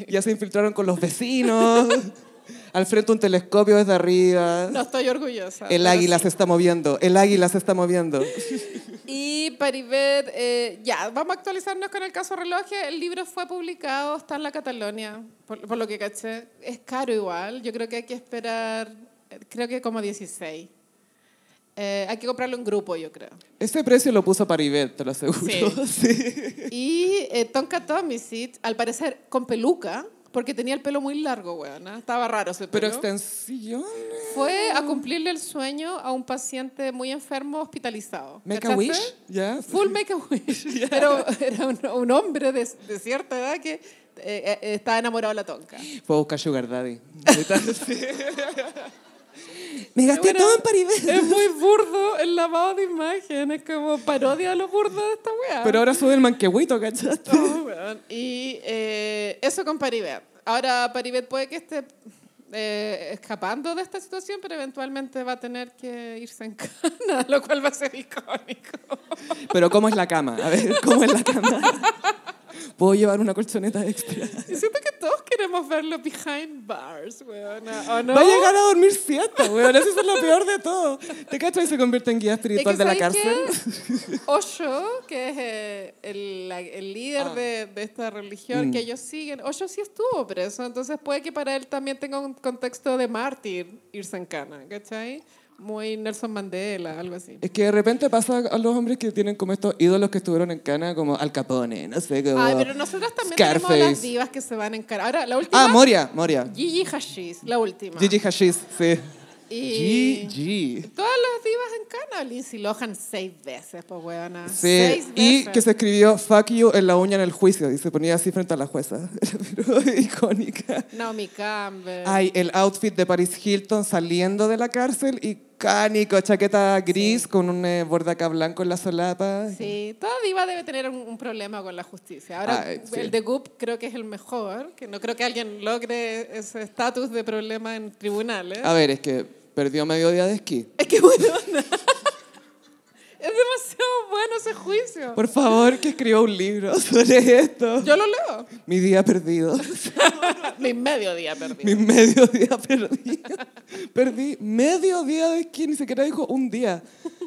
S1: Ya se infiltraron con los vecinos. Al frente un telescopio desde arriba.
S2: No estoy orgullosa.
S1: el
S2: pero
S1: águila se está moviendo, el águila se está moviendo.
S2: Y Paribet, eh, ya, vamos a actualizarnos con el caso relojes. El libro fue publicado, está en la Catalonia, por, por lo que caché. Es caro igual, yo creo que hay que esperar, eh, creo que como 16. Eh, hay que comprarlo en grupo, yo creo.
S1: Ese precio lo puso Paribet, te lo aseguro. Sí.
S2: Y eh, Tonka Tomicic, al parecer con peluca, porque tenía el pelo muy largo, weona. Estaba raro ese
S1: Pero
S2: pelo.
S1: extensión. ¿eh?
S2: fue a cumplirle el sueño a un paciente muy enfermo hospitalizado.
S1: Make a
S2: ¿Cachaste?
S1: wish. Ya.
S2: Full make a wish. Era, era un, un hombre de, de cierta edad que eh, eh, estaba enamorado de la tonca.
S1: Fue a buscar Sugar Daddy.
S3: Me gasté
S2: Bueno.
S3: todo en Paribet.
S2: Es muy burdo el lavado de imagen, es como parodia a lo burdo de esta weá.
S1: Pero ahora sube el manquehuito, ¿cachaste?
S2: Oh, weón. Y eh, eso con Paribet. Ahora Paribet puede que esté eh, escapando de esta situación, pero eventualmente va a tener que irse en cana, lo cual va a ser icónico.
S1: Pero ¿cómo es la cama? A ver, ¿cómo es la cama? ¿Puedo llevar una colchoneta extra?
S2: Y siento que todos queremos verlo behind bars, weón. ¿O no?
S1: Va a llegar a dormir siesta, weón. Eso es lo peor de todo. ¿Te cachas y se convierte en guía
S2: Es
S1: espiritual
S2: que,
S1: de la
S2: ¿sabes
S1: cárcel?
S2: qué? Osho, que es eh, el, la- el líder
S1: Ah.
S2: de, de esta
S1: Mm.
S2: religión que ellos siguen, Osho sí estuvo preso, entonces puede que para él también tenga un contexto de mártir irse en cana, ¿cachai? Muy Nelson Mandela, algo así.
S1: Es que de repente pasa a los hombres que tienen como estos ídolos que estuvieron en cana, como Al Capone, no sé, como
S2: Ay, pero nosotras también
S1: Scarface.
S2: tenemos a las divas que se van en cana. Ahora, la última.
S1: Ah, Moria, Moria.
S2: Gigi Hashish, la última.
S1: Gigi Hashish, sí.
S2: Y-
S1: Gigi.
S2: Todas las divas en cana. Lindsay Lohan seis veces, pues, weona.
S1: Sí,
S2: Seis
S1: y
S2: veces.
S1: que se escribió fuck you en la uña en el juicio y se ponía así frente a la jueza. Pero icónica.
S2: Naomi Campbell.
S1: Ay, el outfit de Paris Hilton saliendo de la cárcel, icónico, chaqueta gris con un eh, bordaca blanco en la solapa.
S2: Sí, toda diva debe tener un, un problema con la justicia. Ahora,
S1: Ah, eh, sí.
S2: el de Goop creo que es el mejor, que no creo que alguien logre ese estatus de problema en tribunales.
S1: A ver, es que perdió medio día de esquí.
S2: Es que bueno, no. es demasiado bueno ese juicio.
S1: Por favor, que escriba un libro sobre esto.
S2: Yo lo leo.
S1: Mi día perdido.
S2: Mi medio día perdido.
S1: Mi medio día perdido. Perdí medio día de esquí, ni siquiera dijo un día.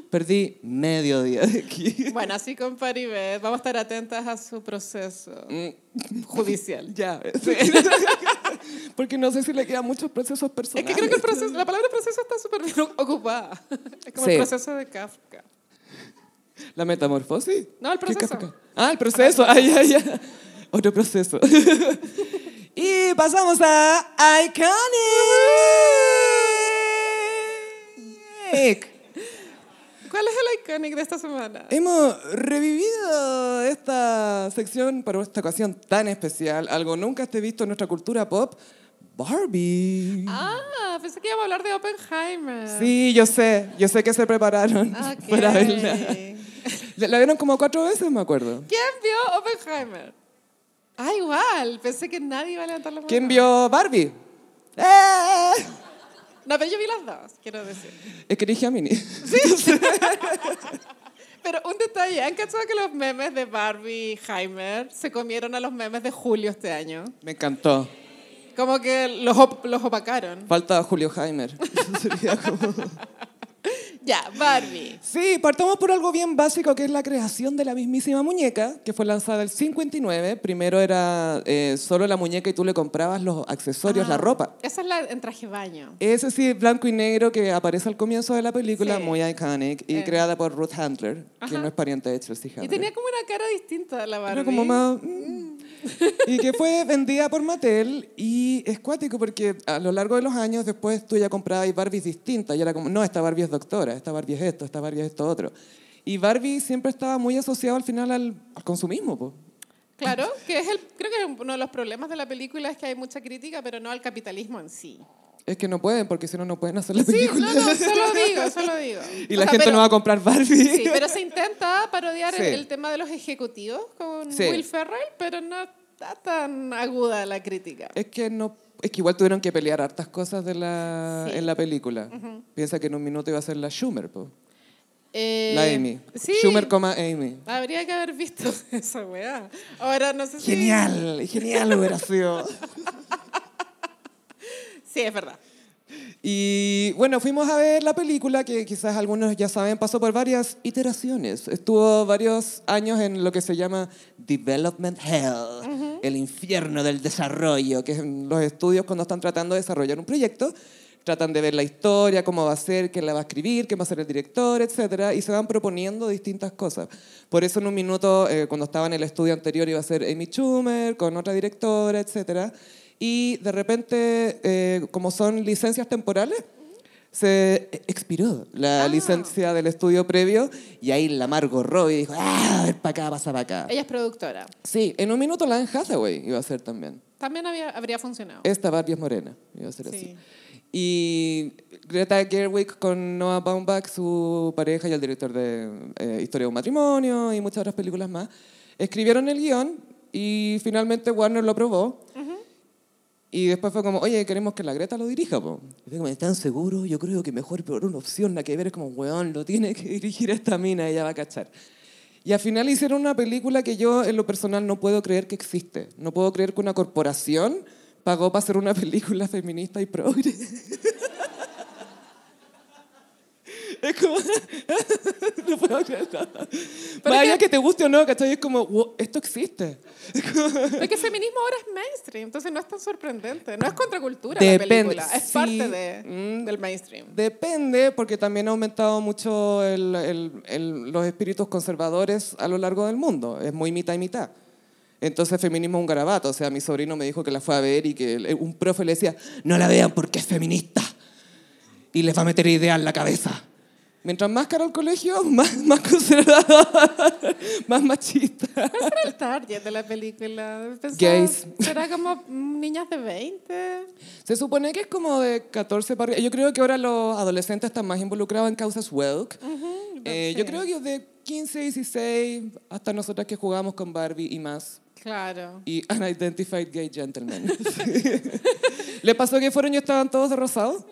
S1: Perdí medio día de esquí.
S2: Bueno, así con Paribet, vamos a estar atentas a su proceso
S1: Mm.
S2: judicial.
S1: Ya. Porque no sé si le quedan muchos procesos
S2: Es
S1: personales.
S2: que creo que el proceso, la palabra proceso está súper bien ocupada. Es como
S1: Sí.
S2: el proceso de Kafka.
S1: ¿La metamorfosis?
S2: No, el
S1: ¿Qué
S2: proceso.
S1: capa- Ah, el proceso. Ay, ay, ay. Otro proceso. y pasamos a Iconic.
S2: ¿Cuál es el iconic de esta
S1: Eh,
S2: semana?
S1: Hemos revivido esta sección para esta ocasión tan especial, algo nunca esté visto en nuestra cultura pop, Barbie.
S2: Ah, pensé que íbamos a hablar de Oppenheimer.
S1: Sí, yo sé, yo sé que se prepararon
S2: Ok.
S1: para verla. La la vieron como cuatro veces, me acuerdo.
S2: ¿Quién vio Oppenheimer? Ah, igual. Pensé que nadie iba a levantar la mano.
S1: ¿Quién vio Barbie? ¡Eh!
S2: No, pero yo vi las dos, quiero decir.
S1: Es que dije a Mini.
S2: Pero un detalle, ¿han cachado que los memes de Barbie y Heimer se comieron a los memes de Julio este año?
S1: Me encantó.
S2: Como que los, op- los opacaron.
S1: Falta Julio Heimer. Sería como-
S2: Ya, Barbie.
S1: Sí, partamos por algo bien básico que es la creación de la mismísima muñeca, que fue lanzada el 59. Primero era eh, solo la muñeca y tú le comprabas los accesorios,
S2: Ah,
S1: la ropa.
S2: Esa es la en traje de baño.
S1: Ese sí, blanco y negro que aparece al comienzo de la película,
S2: Sí.
S1: muy iconic, y
S2: Eh.
S1: creada por Ruth Handler, que
S2: Ajá.
S1: no es pariente de Chelsea Handler.
S2: Y tenía como una cara distinta a la Barbie.
S1: Era como más, mm. Y que fue vendida por Mattel y es cuático porque a lo largo de los años después tú ya comprabas Barbies distintas y era como, no, esta Barbie es doctora, esta Barbie es esto, esta Barbie es esto otro. Y Barbie siempre estaba muy asociado al final al, al consumismo. po.
S2: Claro, que es el, creo que uno de los problemas de la película es que hay mucha crítica, pero no al capitalismo en sí.
S1: Es que no pueden porque si no, no pueden hacer la
S2: Sí,
S1: película.
S2: no, no, solo digo, solo digo.
S1: Y
S2: O
S1: la
S2: sea,
S1: gente
S2: pero-
S1: no va a comprar Barbie.
S2: Sí, pero se intenta parodiar
S1: Sí.
S2: el, el tema de los ejecutivos con
S1: Sí.
S2: Will Ferrell, pero no está tan aguda la crítica.
S1: Es que no, es que igual tuvieron que pelear hartas cosas de la,
S2: Sí.
S1: en la película. Piensa que en un minuto iba a ser la Schumer, po.
S2: Eh,
S1: la Amy.
S2: Sí,
S1: Schumer, coma Amy.
S2: habría que haber visto esa weá. Ahora no sé si...
S1: Genial, genial hubiera sido.
S2: Sí, es verdad.
S1: Y bueno, fuimos a ver la película que quizás algunos ya saben, pasó por varias iteraciones. Estuvo varios años en lo que se llama Development Hell, el infierno del desarrollo, que es en los estudios cuando están tratando de desarrollar un proyecto. Tratan de ver la historia, cómo va a ser, quién la va a escribir, quién va a ser el director, etcétera, y se van proponiendo distintas cosas. Por eso en un minuto, eh, cuando estaba en el estudio anterior, iba a ser Amy Schumer con otra directora, etcétera. Y de repente, eh, como son licencias temporales, se expiró la licencia del estudio previo y ahí la Margot Robbie dijo, ah, a ver, para acá, pasa para acá.
S2: Ella es productora.
S1: Sí, en un minuto la Anne Hathaway iba a ser también.
S2: También había, habría funcionado.
S1: Esta Barbie es morena, iba a ser así.
S2: Sí.
S1: Y Greta Gerwig con Noah Baumbach, su pareja y el director de eh, Historia de un matrimonio y muchas otras películas más, escribieron el guión y finalmente Warner lo aprobó. Y después fue como, oye, queremos que la Greta lo dirija, po. Y fue como, ¿están seguros? Yo creo que mejor, pero una opción, la que ver es como, weón, lo tiene que dirigir esta mina, ella va a cachar. Y al final hicieron una película que yo en lo personal no puedo creer que existe. No puedo creer que una corporación pagó para hacer una película feminista y progre. Es como, no puedo creer nada. Vaya que... te guste o no, ¿cachai? Es como, "Wo- esto existe.
S2: Porque el feminismo ahora es mainstream, entonces no es tan sorprendente. No es contracultura
S1: Depende,
S2: la película, es
S1: sí.
S2: parte de-
S1: Mm.
S2: del mainstream.
S1: Depende, porque también ha aumentado mucho el- el- el- los espíritus conservadores a lo largo del mundo. Es muy mitad y mitad. Entonces, feminismo es un garabato. O sea, mi sobrino me dijo que la fue a ver y que el- un profe le decía, no la vean porque es feminista y les va a meter ideas en la cabeza. Mientras más caro el colegio, más, más conservador, más machista.
S2: ¿Cuál será el target de la película? Pensaba,
S1: Gays.
S2: ¿Será como mm, niñas de 20?
S1: Se supone que es como de 14 para arriba. Yo creo que ahora los adolescentes están más involucrados en causas woke. Eh, Yo
S2: sí.
S1: creo que de 15, 16, hasta nosotras que jugamos con Barbie y más.
S2: Claro.
S1: Y Unidentified Gay Gentlemen. ¿Le pasó que fueron y estaban todos de rosado?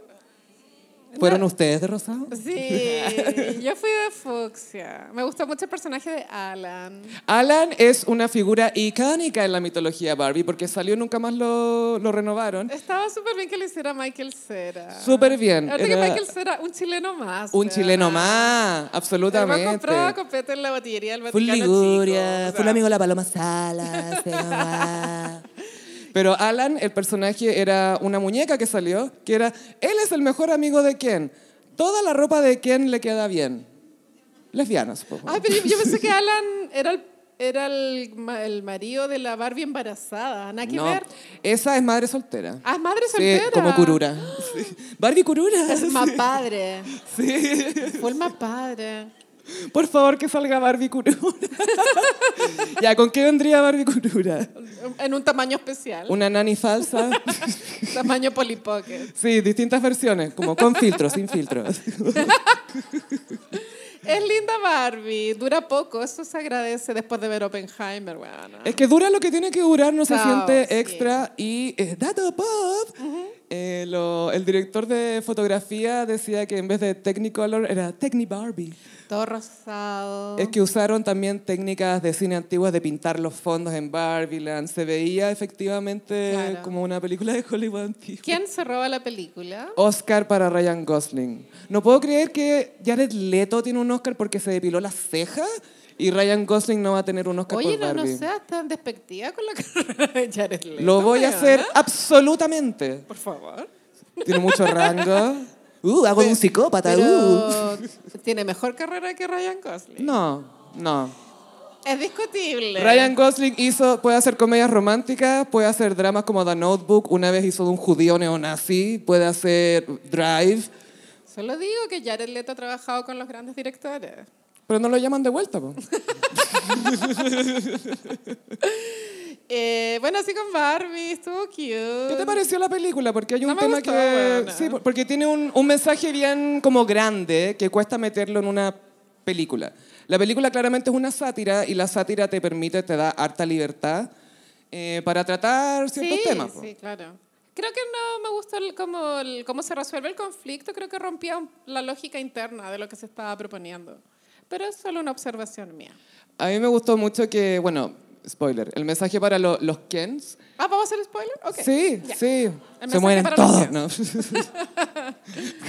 S1: ¿Fueron ustedes de rosado?
S2: Sí, yo fui de fucsia. Me gustó mucho el personaje de Alan.
S1: Alan es una figura icónica en la mitología Barbie porque salió y nunca más lo, lo renovaron.
S2: Estaba súper bien que lo hiciera Michael Cera.
S1: Súper bien.
S2: Aparte
S1: Era
S2: que Michael Cera, un chileno más.
S1: un
S2: o sea,
S1: chileno más,
S2: el weón
S1: absolutamente.
S2: compraba copete en la botillería del
S3: Full
S2: Vaticano
S3: Liguria,
S2: Chico, o
S3: full
S2: sea,
S3: amigo de la Paloma Salas, se nos va.
S1: Pero Alan, el personaje, era una muñeca que salió, que era, él es el mejor amigo de Ken. Toda la ropa de Ken le queda bien. Lesbianas, por favor.
S2: Ay, Ah, pero yo, yo pensé que Alan era el, era el, ma- el marido de la Barbie embarazada. Nada que
S1: No,
S2: ver.
S1: esa es madre soltera.
S2: Ah, es madre
S1: Sí,
S2: soltera.
S1: como Kurura. Sí. Barbie Kurura.
S2: Es más padre.
S1: Sí.
S2: Fue el más padre.
S1: Por favor, que salga Barbie Kurura. ya, ¿con qué vendría Barbie Kurura?
S2: En un tamaño especial.
S1: Una nani falsa.
S2: Tamaño polipocket.
S1: Sí, distintas versiones, como con filtro, sin filtro.
S2: Es linda Barbie. Dura poco. Eso se agradece después de ver Oppenheimer. weona.
S1: Es que dura lo que tiene que durar, no se
S2: Chao,
S1: siente
S2: sí.
S1: extra. Y eh, dato pop, eh, lo- el director de fotografía decía que en vez de Technicolor era Technibarbie.
S2: Todo rosado.
S1: Es que usaron también técnicas de cine antiguas de pintar los fondos en Barbieland. Se veía efectivamente
S2: Claro.
S1: como una película de Hollywood antigua.
S2: ¿Quién se roba la película?
S1: Oscar para Ryan Gosling. No puedo creer que Jared Leto tiene un Oscar porque se depiló las cejas y Ryan Gosling no va a tener un Oscar
S2: Oye,
S1: por
S2: no, no
S1: Barbie.
S2: seas tan despectiva con la carrera de Jared Leto.
S1: Lo voy a
S2: weona.
S1: hacer absolutamente.
S2: Por favor.
S1: Tiene mucho rango.
S3: Uh, hago de un psicópata. Uh.
S2: Pero tiene mejor carrera que Ryan Gosling.
S1: No, no.
S2: Es discutible.
S1: Ryan Gosling hizo, puede hacer comedias románticas, puede hacer dramas como The Notebook, una vez hizo de un judío neonazi, puede hacer Drive,
S2: Solo digo que Jared Leto ha trabajado con los grandes directores.
S1: pero no lo llaman de vuelta. po.
S2: Eh, bueno, así con Barbie, estuvo cute.
S1: ¿Qué te pareció la película? Porque hay un
S2: Uh. No me
S1: tema
S2: gustó,
S1: que...
S2: weona.
S1: Sí, por- porque tiene un, un mensaje bien como grande que cuesta meterlo en una película. La película claramente es una sátira y la sátira te permite, te da harta libertad eh, para tratar ciertos
S2: sí,
S1: temas. po.
S2: Sí, claro. Creo que no me gustó el- como el- cómo se resuelve el conflicto, creo que rompía un- la lógica interna de lo que se estaba proponiendo. Pero es solo una observación mía.
S1: A mí me gustó mucho que, bueno, spoiler, el mensaje para lo- los Kens.
S2: Ah, ¿vamos a hacer spoiler? Ok.
S1: Sí,
S2: ya.
S1: sí. Se
S2: El mensaje
S1: mueren
S2: para los
S1: todos, ¿no?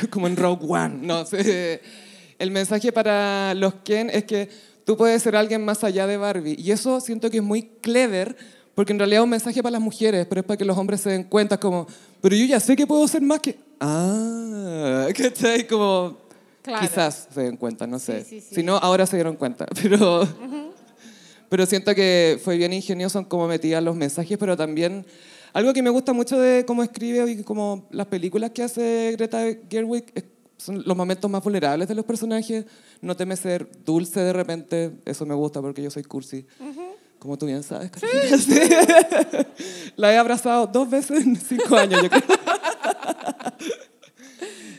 S1: Como en Rogue One. No, sí. El mensaje para los Ken es que tú puedes ser alguien más allá de Barbie. Y eso siento que es muy clever, porque en realidad es un mensaje para las mujeres, pero es para que los hombres se den cuenta, es como, pero yo ya sé que puedo ser más que... Ah, ¿cachai? Como...
S2: Claro.
S1: Quizás se den cuenta, no sé.
S2: Sí, sí, sí.
S1: Si no, ahora se dieron cuenta, pero... Pero siento que fue bien ingenioso en cómo metía los mensajes, pero también algo que me gusta mucho de cómo escribe y cómo las películas que hace Greta Gerwig eh, son los momentos más vulnerables de los personajes. No teme ser dulce de repente, eso me gusta porque yo soy cursi. Como tú bien sabes, Carolina. Sí. La he abrazado dos veces en cinco años, yo creo.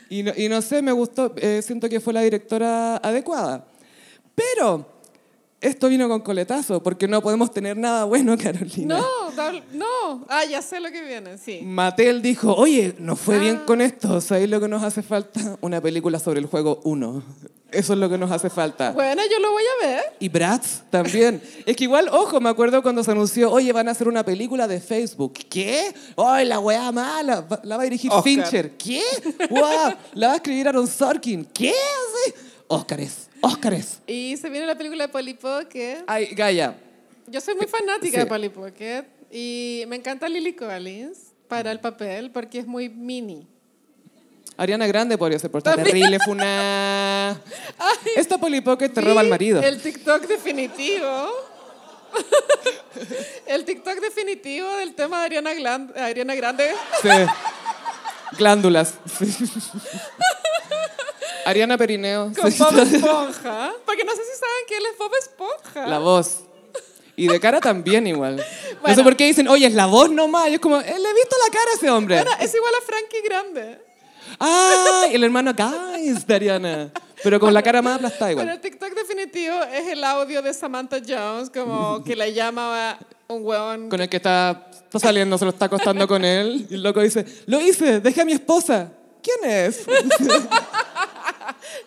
S1: Y no, y no sé, me gustó, eh, siento que fue la directora adecuada. Pero esto vino con coletazo, porque no podemos tener nada bueno, Carolina.
S2: No, da- no. Ah, ya sé lo que viene,
S1: Mm.
S2: sí.
S1: Mattel dijo, oye, nos fue bien
S2: Ah.
S1: con esto, ¿sabéis lo que nos hace falta? Una película sobre el juego 1. Eso es lo que nos hace falta.
S2: Bueno, yo lo voy a ver.
S1: Y Bratz también. Es que igual, ojo, me acuerdo cuando se anunció, oye, van a hacer una película de Facebook. ¿Qué? ¡Ay, la weá mala! Va- La va a dirigir
S2: Oscar.
S1: Fincher. ¿Qué? ¡Wow! La va a escribir Aaron Sorkin. ¿Qué? Sí. Óscares, Óscares.
S2: Y se viene la película de Polly Pocket.
S1: Ay, Gaia,
S2: Yo soy muy fanática
S1: Ah, Sí.
S2: de Polly Pocket y me encanta Lily Collins para el papel porque es muy mini.
S1: Ariana Grande podría ser por esta terrible funa. Esta polipoque te roba al
S2: Vi
S1: marido.
S2: El TikTok definitivo. el TikTok definitivo del tema de Ariana, Glan- Ariana Grande.
S1: Sí. Glándulas. Sí. Ariana Perineo.
S2: Con
S1: Sí.
S2: Bob Esponja. Porque no sé si saben que él es Bob Esponja.
S1: La voz. Y de cara también igual. No sé
S2: Bueno.
S1: por qué dicen, oye, es la voz nomás. Yo es como, "Eh, le he visto la cara a ese hombre.
S2: Bueno, es igual a Frankie Grande.
S1: ¡Ay! El hermano Guys de Ariana. Pero con la cara más aplastada
S2: Pero
S1: igual.
S2: el TikTok definitivo es el audio de Samantha Jones, como que la llama un huevón.
S1: Con el que está, está saliendo, se lo está acostando con él. Y el loco dice, lo hice, dejé a mi esposa. ¿Quién es?
S2: Eso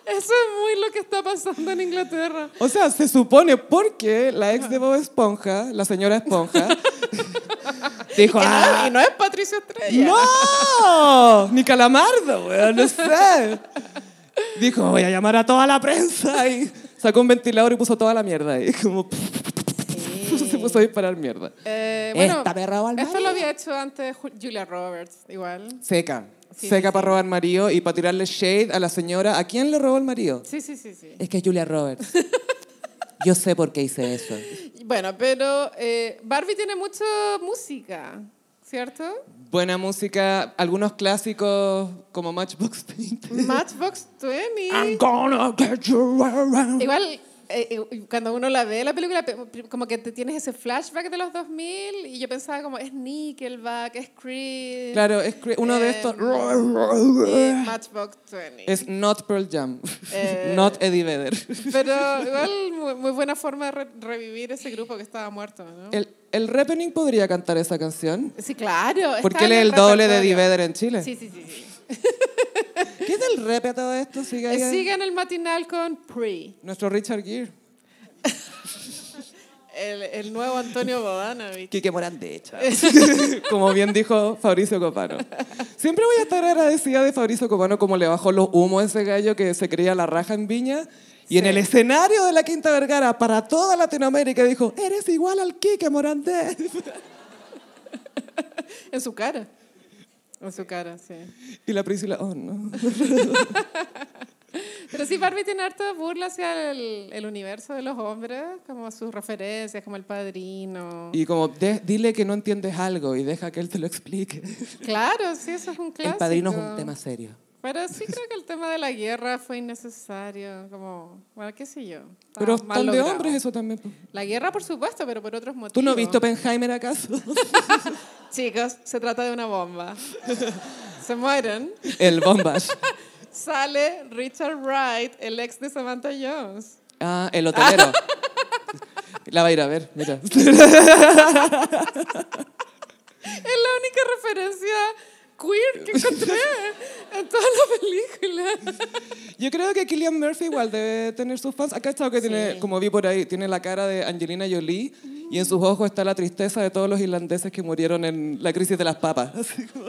S2: es muy lo que está pasando en Inglaterra.
S1: O sea, se supone porque la ex de Bob Esponja, la señora Esponja, dijo,
S2: Que no-
S1: "Ah,
S2: y no es Patricio Estrella.
S1: ¡No! Ni calamardo, weón, no sé. Dijo, voy a llamar a toda la prensa. Y sacó un ventilador y puso toda la mierda ahí. Como se puso a disparar mierda.
S2: Eh, bueno,
S3: Esta me robó al
S2: esto
S3: marido.
S2: lo había hecho antes Ju- Julia Roberts, igual.
S1: Seca.
S2: Sí,
S1: Seca
S2: sí,
S1: para
S2: sí.
S1: robar marido y para tirarle shade a la señora. ¿A quién le robó el marido?
S2: Sí, sí, sí, sí.
S3: Es que es Julia Roberts. Yo sé por qué hice eso.
S2: Bueno, pero eh, Barbie tiene mucha música, ¿cierto?
S1: Buena música, algunos clásicos como Matchbox Paint.
S2: Matchbox 20.
S1: gonna get you around.
S2: Igual eh, eh, cuando uno la ve, la película, pe- como que te tienes ese flashback de los 2000 y yo pensaba como, es Nickelback, es Creed.
S1: Claro, es cre- uno
S3: Eh.
S1: de estos.
S2: y Matchbox 20.
S1: Es not Pearl Jam,
S2: Eh.
S1: not Eddie Vedder.
S2: Pero igual, muy, muy buena forma de re- revivir ese grupo que estaba muerto, ¿no?
S1: El, el Repening podría cantar esa canción.
S2: Sí, claro.
S1: Porque
S2: está
S1: él
S2: en
S1: es el doble de Eddie
S2: repertorio.
S1: Vedder en Chile.
S2: Sí, sí, sí. sí.
S1: ¿Qué es el repe a todo esto? Sigue ahí,
S2: Eh,
S1: ahí.
S2: Sigan el matinal con Pre,
S1: Nuestro Richard Gere.
S2: el, el nuevo Antonio Bodana. ¿viste?
S3: Quique Morán, de hecho.
S1: Como bien dijo Fabricio Copano. Siempre voy a estar agradecida de Fabricio Copano como le bajó los humos a ese gallo que se creía la raja en Viña. Y en
S2: Sí.
S1: el escenario de la Quinta Vergara, para toda Latinoamérica, dijo, eres igual al Quique Morandés.
S2: En su cara. En su cara, sí.
S1: Y la Priscila, oh no.
S2: Pero sí, Barbie tiene harta burla hacia el, el universo de los hombres, como sus referencias, como el padrino.
S1: Y como, "De- dile que no entiendes algo y deja que él te lo explique.
S2: Claro, sí, eso es un clásico.
S3: El padrino es un tema serio.
S2: Pero sí creo que el tema de la guerra fue innecesario, como, bueno, qué sé yo. está
S1: Pero
S2: mal
S1: están de
S2: logrado.
S1: hombres eso también. po.
S2: La guerra, por supuesto, pero por otros motivos.
S1: ¿Tú no has visto Penheimer acaso?
S2: Chicos, se trata de una bomba. se mueren.
S1: El Bombas.
S2: Sale Richard Wright, el ex de Samantha Jones.
S1: Ah, el hotelero. La va a ir a ver, mira.
S2: Es la única referencia queer que encontré en toda la película.
S1: Yo creo que Killian Murphy igual debe tener sus fans. Acá está que tiene,
S2: Sí.
S1: como vi por ahí, tiene la cara de Angelina Jolie y en sus ojos está la tristeza de todos los irlandeses que murieron en la crisis de las papas. Así como-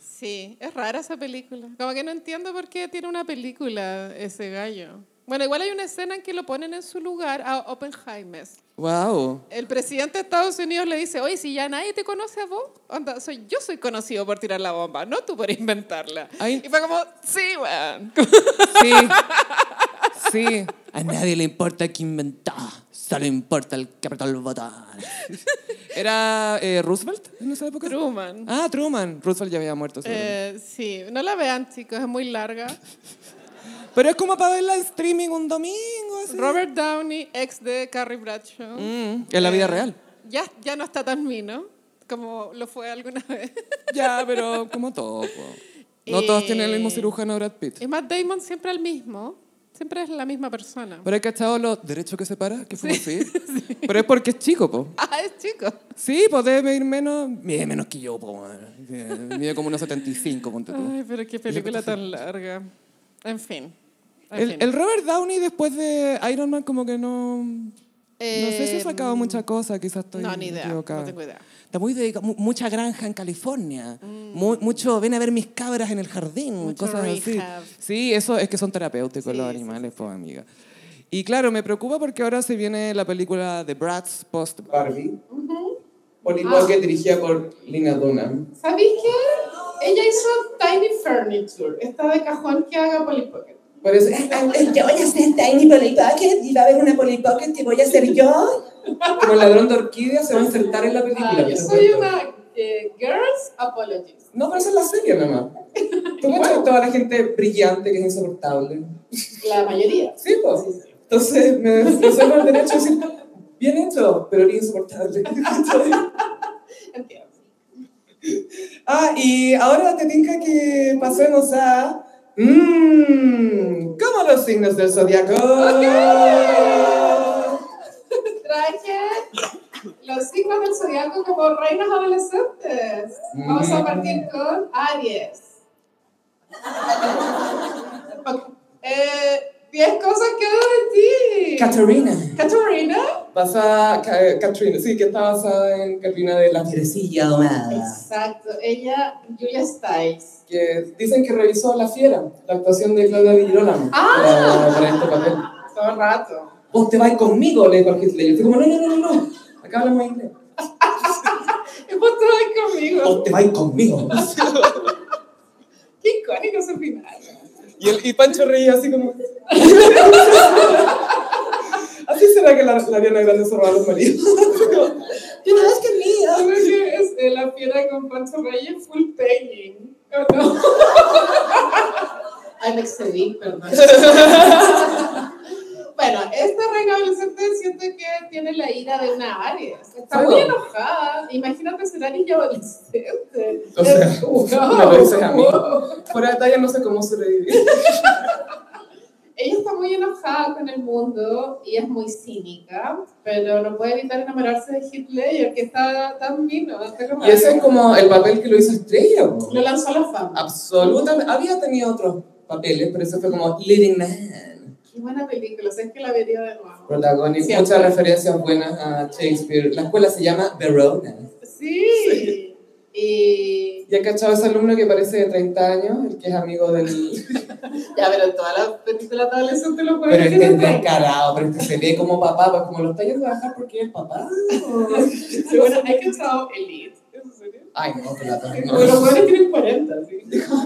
S2: Sí, es rara esa película. Como que no entiendo por qué tiene una película ese gallo. Bueno, igual hay una escena en que lo ponen en su lugar a Oppenheimer.
S1: Wow.
S2: El presidente de Estados Unidos le dice, oye, si ya nadie te conoce a vos, onda, soy, yo soy conocido por tirar la bomba, no tú por inventarla.
S1: Ay.
S2: Y fue como, sí, weón.
S1: Sí. Sí.
S3: A nadie le importa que inventó, solo importa el que apretó el botón.
S1: ¿Era eh, Roosevelt en esa época?
S2: Truman.
S1: Ah, Truman. Roosevelt ya había muerto. seguramente.
S2: Eh, sí, no la vean, chicos, es muy larga.
S1: Pero es como para verla en streaming un domingo. Así.
S2: Robert Downey, ex de Carrie Bradshaw.
S1: Mm, en la vida
S2: Eh,
S1: real.
S2: Ya, ya no está tan mino como lo fue alguna vez.
S1: Ya, pero como todo. po. No todos tienen el mismo
S2: Eh.
S1: cirujano Brad Pitt.
S2: Y Matt Damon siempre el mismo, siempre es la misma persona.
S1: Pero he cachado los derechos que separa, que es como así. Pero es porque es chico, po.
S2: Ah, es chico.
S1: Sí, pues debe medir menos, mide menos que yo, po. weón. Eh, Mide como unos 75, ponte tú.
S2: Ay, pero qué película tan larga. En fin. en
S1: El,
S2: fin.
S1: el Robert Downey después de Iron Man como que no... No sé si ha
S2: Eh,
S1: sacado mucha cosa, quizás estoy
S2: No, ni idea.
S1: equivocada.
S2: No tengo idea.
S3: Está muy dedicado, mu- mucha granja en California. Mu- mucho, ven a ver mis cabras en el jardín,
S2: Mm. Mucho
S3: cosas así.
S2: rehab.
S1: Sí, eso es que son terapéuticos
S2: Sí,
S1: los
S2: sí,
S1: animales, pues amiga. Y claro, me preocupa porque ahora se viene la película The Bratz post Barbie.
S2: Ah.
S1: que dirigida por Lina Dunham.
S2: ¿Sabéis qué? Ella hizo Tiny Furniture, esta de cajón que haga Polly Pocket.
S1: Parece,
S4: Yo voy a hacer Tiny Polly Pocket y va a haber una Polly Pocket que voy a hacer yo.
S1: como el ladrón de orquídeas se va a insertar en la película.
S2: Ah, yo soy una eh, Girls Apologies.
S1: No, pero esa es la serie, mamá. Tú me echas toda la gente brillante que es insoportable.
S2: La mayoría.
S1: Sí, pues. Entonces, me reservo el derecho a decir, bien hecho, pero eres insoportable.
S2: Entiendo.
S1: ah, y ahora te tinca que pasemos a... Mmm, ¿cómo los signos del zodiaco?
S2: Traje los signos del zodiaco como reinos adolescentes. Vamos a partir con Aries. Ok. Eh, Diez cosas quedan de ti.
S3: Caterina.
S2: Caterina.
S1: Basada, Ca- Katrina, sí, que está basada en Katrina de la
S3: Cerecilla domada.
S2: Exacto, ella, Julia Stiles.
S1: que dicen que revisó La Fiera, la actuación de Claudia Di Girolamo para, para este papel.
S2: Todo el rato.
S1: Vos te vas conmigo, le dijo al Hitler. Yo fui como, no, no, no, no, no, acá hablamos inglés.
S2: Y vos te vas conmigo.
S3: Vos te vais conmigo.
S2: Qué icónico ese final.
S1: Y, el, y Pancho reía así como... así será que la, la Ariana Grande se roba a los maridos.
S4: Tú no ves que
S2: Yo
S4: mío.
S2: creo que es eh, la fiera con Pancho Reyes full paying. ¿O no? Ay, me excedí, perdón. en adolescente siente que tiene la ira de una Aries. Está muy enojada. Imagínate ser Aries y adolescente.
S1: O sea, una vez a mí. Fuera de talla no sé cómo sobrevivir.
S2: Ella está muy enojada con el mundo y es muy cínica, pero no puede evitar enamorarse de Hitler, que está tan vino. está como-
S1: Y ese es como el papel que lo hizo Estrella. po.
S2: Lo lanzó a la fama.
S1: Absolutamente. Había tenido otros papeles, pero eso fue como Leading Man.
S2: Qué buena película, sabes que la vería de nuevo.
S1: Protagónico.
S2: Siempre.
S1: Muchas referencias buenas a Shakespeare. La escuela se llama Verona.
S2: Sí. Y
S1: ¿Ya cachado ese alumno que parece de 30 años? El que es amigo del...
S2: ya, pero todas las películas de adolescente lo
S1: Pero
S2: pueden
S1: este es descarado, pero este se ve como papá, pues como lo está yendo a bajar porque es papá.
S2: Bueno, hay que echar Elite. ¿Es en serio?
S1: Ay, no, pero la torre no.
S2: Porque los jóvenes tienen 40, sí.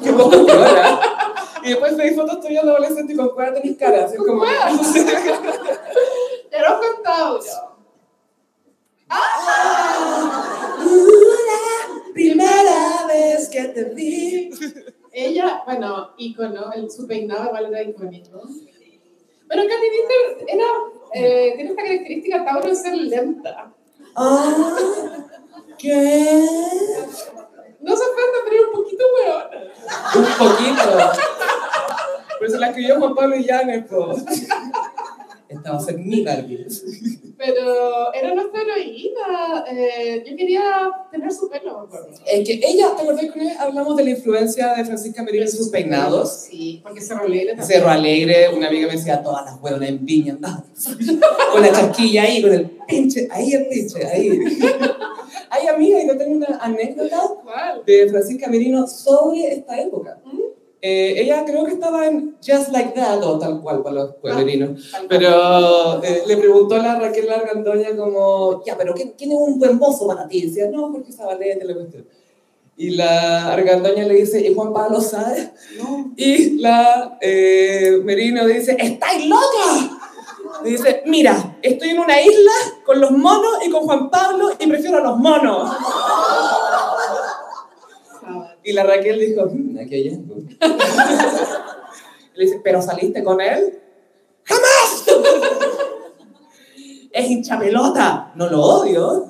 S1: Qué poco piola. Y después veis fotos tuyas de adolescente y con cuál tenés cara. Así como...
S2: Ya lo he contado
S5: Una primera vez que te vi.
S2: Ella, bueno, ícono, el, su peinado igual era icónico. Pero Katy Winter era, eh, tiene esta característica Tauro de ser lenta.
S5: Ah, ¿Qué?
S2: No se ofenda, pero era un poquito weona.
S1: Un poquito. Pero se la escribió Juan Pablo Illanes, po. Esta va a ser mi Barbie.
S2: Pero era nuestra heroína. eh, yo quería tener su pelo, me acuerdo.
S1: Es que ella, ¿te acordás que una vez hablamos de la influencia de Francisca Merino en sus peinados?
S2: Sí, porque se rolera también.
S1: Cerro Alegre, una amiga me decía, todas las huevonas en viña andaban. Con la chasquilla ahí, con el pinche, ahí el pinche, ahí. Ay, amiga, yo tengo una anécdota
S2: ¿Cuál?
S1: de Francisca Merino sobre esta época. Eh, ella creo que estaba en Just Like That o tal cual para los pueblerinos.
S2: tal cual.
S1: pero eh, le preguntó a la Raquel Argandoña como, ya, pero ¿quién, quién es un buen mozo para ti? Y decía, no, Jorge Zabaleta, la cuestión. Y la Argandoña le dice, ¿y Juan Pablo sabe? Y la eh, Merino dice, ¡estáis loca! Y dice, mira, estoy en una isla con los monos y con Juan Pablo y prefiero a los monos.
S2: Sábado.
S1: Y la Raquel dijo, "Mm, aquí hay algo. Y le dice, ¿pero saliste con él? ¡Jamás! es hincha pelota. No lo odio.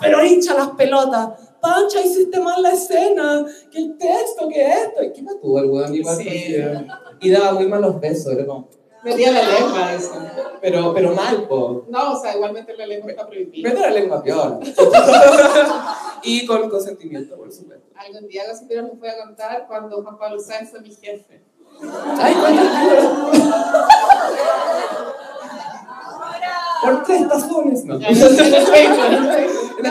S1: Pero hincha las pelotas. Pancha, hiciste mal la escena. Que el texto, que esto. ¿Y qué me tuvo el weón? Igual
S2: Sí.
S1: porque- Y daba muy malos besos. Era como,
S2: Metía la lengua eso.
S1: pero, pero mal, po.
S2: No, o sea, igualmente la lengua está prohibida.
S1: Mete la lengua peor. y con consentimiento, por supuesto.
S2: Algún día, si supieras, les voy a contar cuando Juan Pablo Sáenz fue mi jefe.
S1: Ay, cuántas Por tres tazones, ¿no?
S2: no,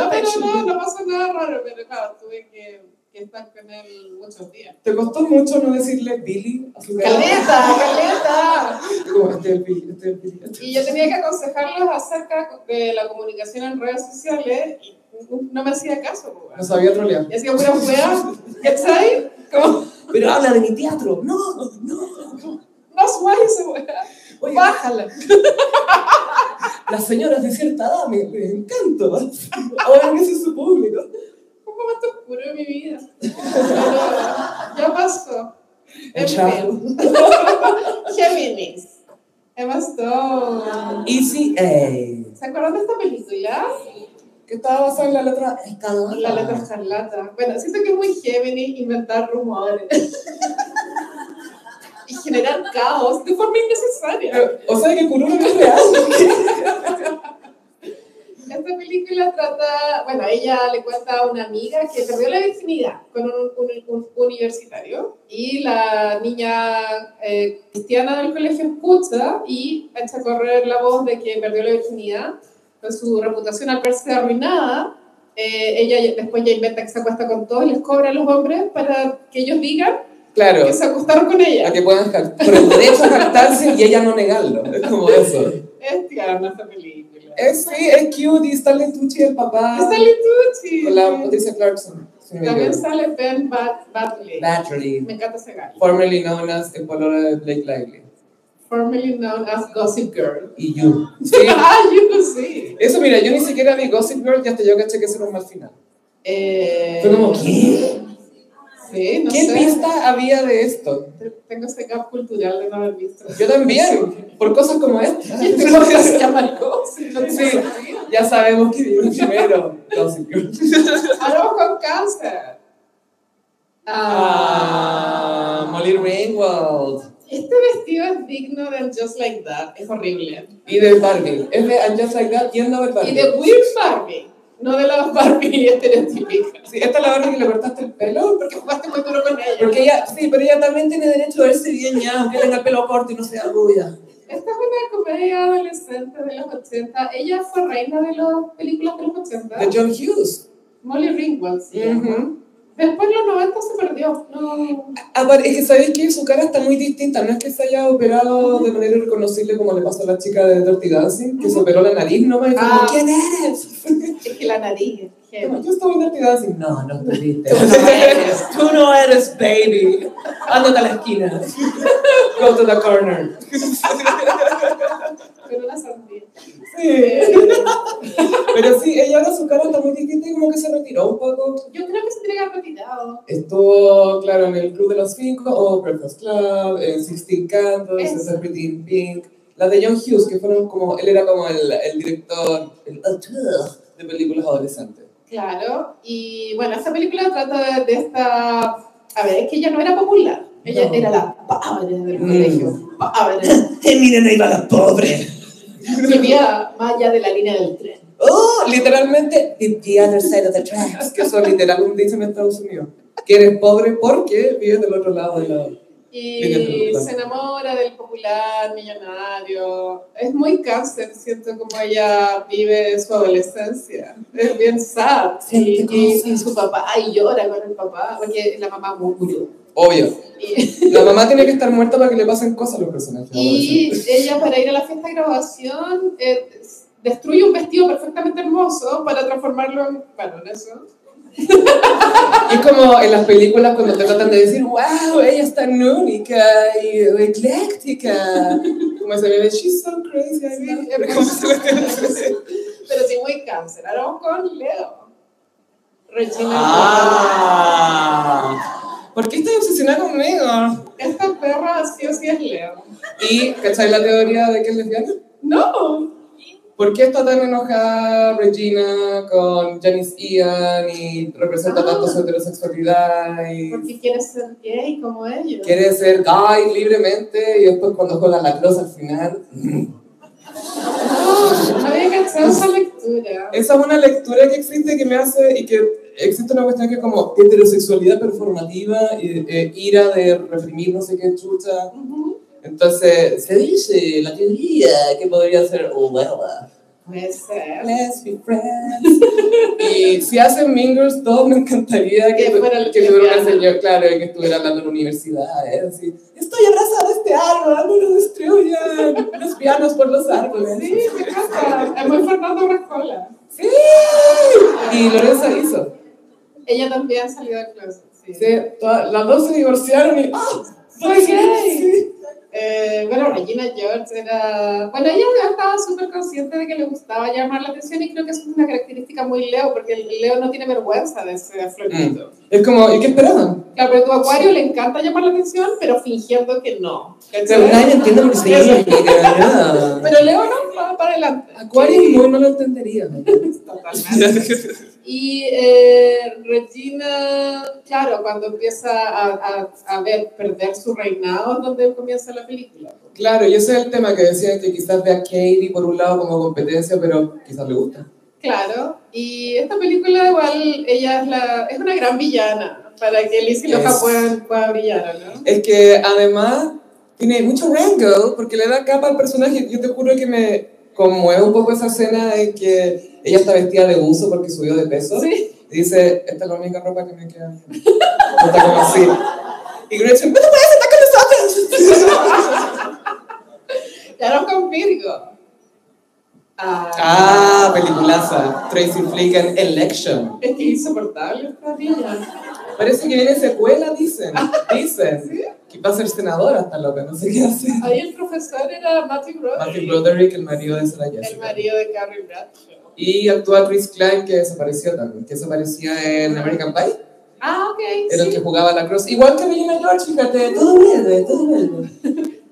S2: pero no, no pasó nada raro, pero claro, tuve que, que estar con él muchos días.
S1: ¿Te costó mucho no decirle Billy a su cara?
S2: ¡Caleta, caleta!
S1: Como, este es el Billy, este es el Billy.
S2: Y yo tenía que aconsejarlos acerca de la comunicación en redes sociales y no me hacía caso. po,
S1: No
S2: weón.
S1: sabía trolear.
S2: Y hacía pura weá, ¿cachai? Como,
S1: Pero habla de mi teatro. No, no.
S2: no subáis esa weá,
S1: Oye,
S2: bájala.
S1: las señoras de cierta edad me, me encanto. Ahora que ese es su público.
S2: Fue un momento oscuro de mi vida. Pero ya pasó. En
S1: Chao.
S2: fin. Géminis. Emma Stone.
S1: Easy A.
S2: ¿Se acuerdan de esta película?
S1: Que estaba basada en la letra escalada.
S2: La letra escarlata. Bueno, siento que es muy Géminis inventar rumores. y generar caos de forma innecesaria.
S1: Eh, O sea que Kuruma no es real.
S2: Esta película trata, bueno, ella le cuenta a una amiga que perdió la virginidad con un, un- un universitario y la niña eh, cristiana del colegio escucha y echa a correr la voz de que perdió la virginidad con su reputación al verse arruinada. eh, ella ya- después ya inventa que se acuesta con todos y les cobra a los hombres para que ellos digan
S1: Claro.
S2: que se acostaron con
S1: A
S2: ella.
S1: que puedan jactar. Por el derecho a jactarse y ella no negarlo. Es como eso.
S2: Es tierna esta película.
S1: Es, sí, es cute y está Letucci el papá.
S2: Está Litucci.
S1: Con la Patricia Clarkson. si no me
S2: También
S1: equivoco.
S2: sale Ben Bat- Batley.
S1: Natalie.
S2: Me encanta ese gallo.
S1: Formerly known as el polora de Blake Lively.
S2: Formerly known as Gossip Girl.
S1: Y you. Sí.
S2: ah, yo no sé.
S1: Eso, mira, yo ni siquiera vi Gossip Girl y hasta yo caché que ese era un mal final.
S2: Eh,
S1: Fue como, ¿qué?
S6: Sí, no
S1: ¿Qué
S6: sé.
S1: pista había de esto?
S6: Tengo ese gap cultural de no haber visto.
S1: Yo también, por cosas como esta. Sí, ya sabemos que vino primero. Gossip Girl.
S6: Hablamos con cáncer.
S1: Ah, Molly Ringwald.
S6: Este vestido es digno del Just Like That. Es horrible.
S1: Y de Barbie. Es de And Just Like That y es la de Barbie.
S6: Y de Weird Barbie. No de la Barbie estereotípica. este
S1: Sí, esta es la Barbie que le cortaste el pelo.
S6: Porque jugaste muy duro con ella.
S1: Porque ella, sí, pero ella también tiene derecho a verse bien ya, aunque tenga el pelo corto y no sea rubia.
S6: Esta es una comedia adolescente de los 80. Ella fue reina de las películas de los 80.
S1: De John Hughes.
S6: Molly Ringwald se llama.
S1: Ujú.
S6: Después los 90 se perdió. No.
S1: Aparte, es que sabéis que su cara está muy distinta, no es que se haya operado de manera irreconocible como le pasó a la chica de Dirty Dancing, que se operó la nariz nomás y fue como,
S6: Ah.
S1: ¿quién eres?
S6: Es que la nariz.
S1: Como, Yo estaba en Dirty Dancing. No, no estuviste.
S6: eres.
S1: Tú no eres, baby. Ándate a la esquina. Go to the corner.
S6: Pero una sandía.
S1: Sí. Pero sí, ella ahora su cara está muy distinta y como que se retiró un poco.
S6: Yo creo que se tiene que haber retirado.
S1: Estuvo, claro, en el Club de los Cinco, o Breakfast Club, en Sixteen Candles, en
S6: Eso.
S1: Celebrity in Pink. Las de John Hughes, que fueron como, él era como el, el director, el auteur de películas adolescentes.
S6: Claro. Y bueno, esta película trata de, de esta. A ver, es que ella no era popular. Ella
S1: No.
S6: era la padre del
S1: Mm.
S6: colegio. Padre.
S1: ¡Eh, miren ahí va la pobre!
S6: Vivía más allá de la línea del tren.
S1: ¡Oh! Literalmente, the, the other side of the tracks, que eso literalmente dicen en Estados Unidos. Que eres pobre porque vives del otro lado del lado. Línea del
S6: Y
S1: popular.
S6: se enamora del popular, millonario. Es muy cáncer, siento como ella vive su adolescencia. Es bien sad. Y,
S1: Siente
S6: y-
S1: cosas.
S6: y su papá, ay, llora con el papá, porque la mamá murió.
S1: Obvio.
S6: Y,
S1: La mamá tiene que estar muerta para que le pasen cosas a los personajes.
S6: y ella para ir a la fiesta de graduación eh, destruye un vestido perfectamente hermoso para transformarlo en, bueno, en eso.
S1: Es como en las películas cuando te tratan de decir, wow, ella es tan única y ecléctica. Como ese bebé, she's so crazy. I mean. Es como se-
S6: Pero sí, muy cáncer. Ahora vamos con Leo. Regina.
S1: Ah, ¿Por qué estás obsesionada conmigo?
S6: Esta perra sí o sí es Leo.
S1: ¿Y cachai la teoría de que es lesbiana?
S6: No.
S1: ¿Por qué está tan enojada Regina con Janice Ian y representa
S6: Ah.
S1: tanto su heterosexualidad? Y...
S6: Porque quiere ser gay como ellos.
S1: Quiere ser gay libremente y después cuando juega la cruz al final.
S6: No, no había cachado esa lectura.
S1: Esa es una lectura que existe que me hace y que existe una cuestión que es como heterosexualidad performativa, y, eh, ira de reprimir no sé qué chucha.
S6: Ujú.
S1: Entonces, se dice la teoría que podría ser Uberla.
S6: Puede ser.
S1: Let's be friends. y si hacen Mean Girls 2, me encantaría que,
S6: Que fuera
S1: que tuviera una
S6: lesbiana.
S1: señora, claro, que estuviera hablando en la universidad. eh, así, Estoy abrazada a este árbol, no lo destruyan. Los pianos por los árboles.
S6: Sí, me encanta. Es muy Fernando Rascola.
S1: ¡Sí! Y Lorenza hizo.
S6: Ella también salió del closet. Sí.
S1: Sí, toda- las dos se divorciaron y. ¡Ah!
S6: Soy gay.
S1: Sí.
S6: Eh, bueno, Regina George era. Bueno, ella ya estaba súper consciente de que le gustaba llamar la atención y creo que eso es una característica muy Leo, porque el Leo no tiene vergüenza de ser afrodito.
S1: Es como, ¿y qué esperaban?
S6: Claro, pero tu Acuario le encanta llamar la atención, pero fingiendo que no.
S1: Pero nadie entiende lo que se dice.
S6: Pero Leo no va para adelante.
S1: Acuario muy no lo entendería.
S6: Totalmente. Y eh, Regina, claro, cuando empieza a, a, a ver perder su reinado es donde comienza la película.
S1: Claro, y ese es el tema que decían que quizás ve a Katie por un lado como competencia, pero quizás le gusta.
S6: Claro, y esta película igual ella es, la, es una gran villana para que Liz y Loja
S1: Es.
S6: puedan, puedan brillar, ¿o ¿no?
S1: Es que además tiene mucho rango porque le da capa al personaje. Yo te juro que me conmueve un poco esa escena de que ella está vestida de buzo porque subió de peso.
S6: Sí.
S1: Y dice, esta es la única ropa que me queda. bien". O está como así. Y Gretchen, ¿cuándo puedes estar con nosotros?
S6: Claro, con Virgo. Ah,
S1: ah, peliculaza. Tracy Flick en Election.
S6: Es que insoportable esta villana.
S1: Parece que viene secuela, dicen. Dicen. Que va a ser senadora hasta loca, no sé qué hace.
S6: Ahí el profesor era Matthew
S1: Matthew
S6: Broderick,
S1: Broderick, el marido de Sarah Jessica.
S6: el marido de Carrie Bradshaw.
S1: Y actúa Chris Klein, que desapareció también, que desaparecía en American Pie.
S6: Ah, ok.
S1: Era el que jugaba la cruz. Igual que Regina George, fíjate, todo vuelve, todo vuelve.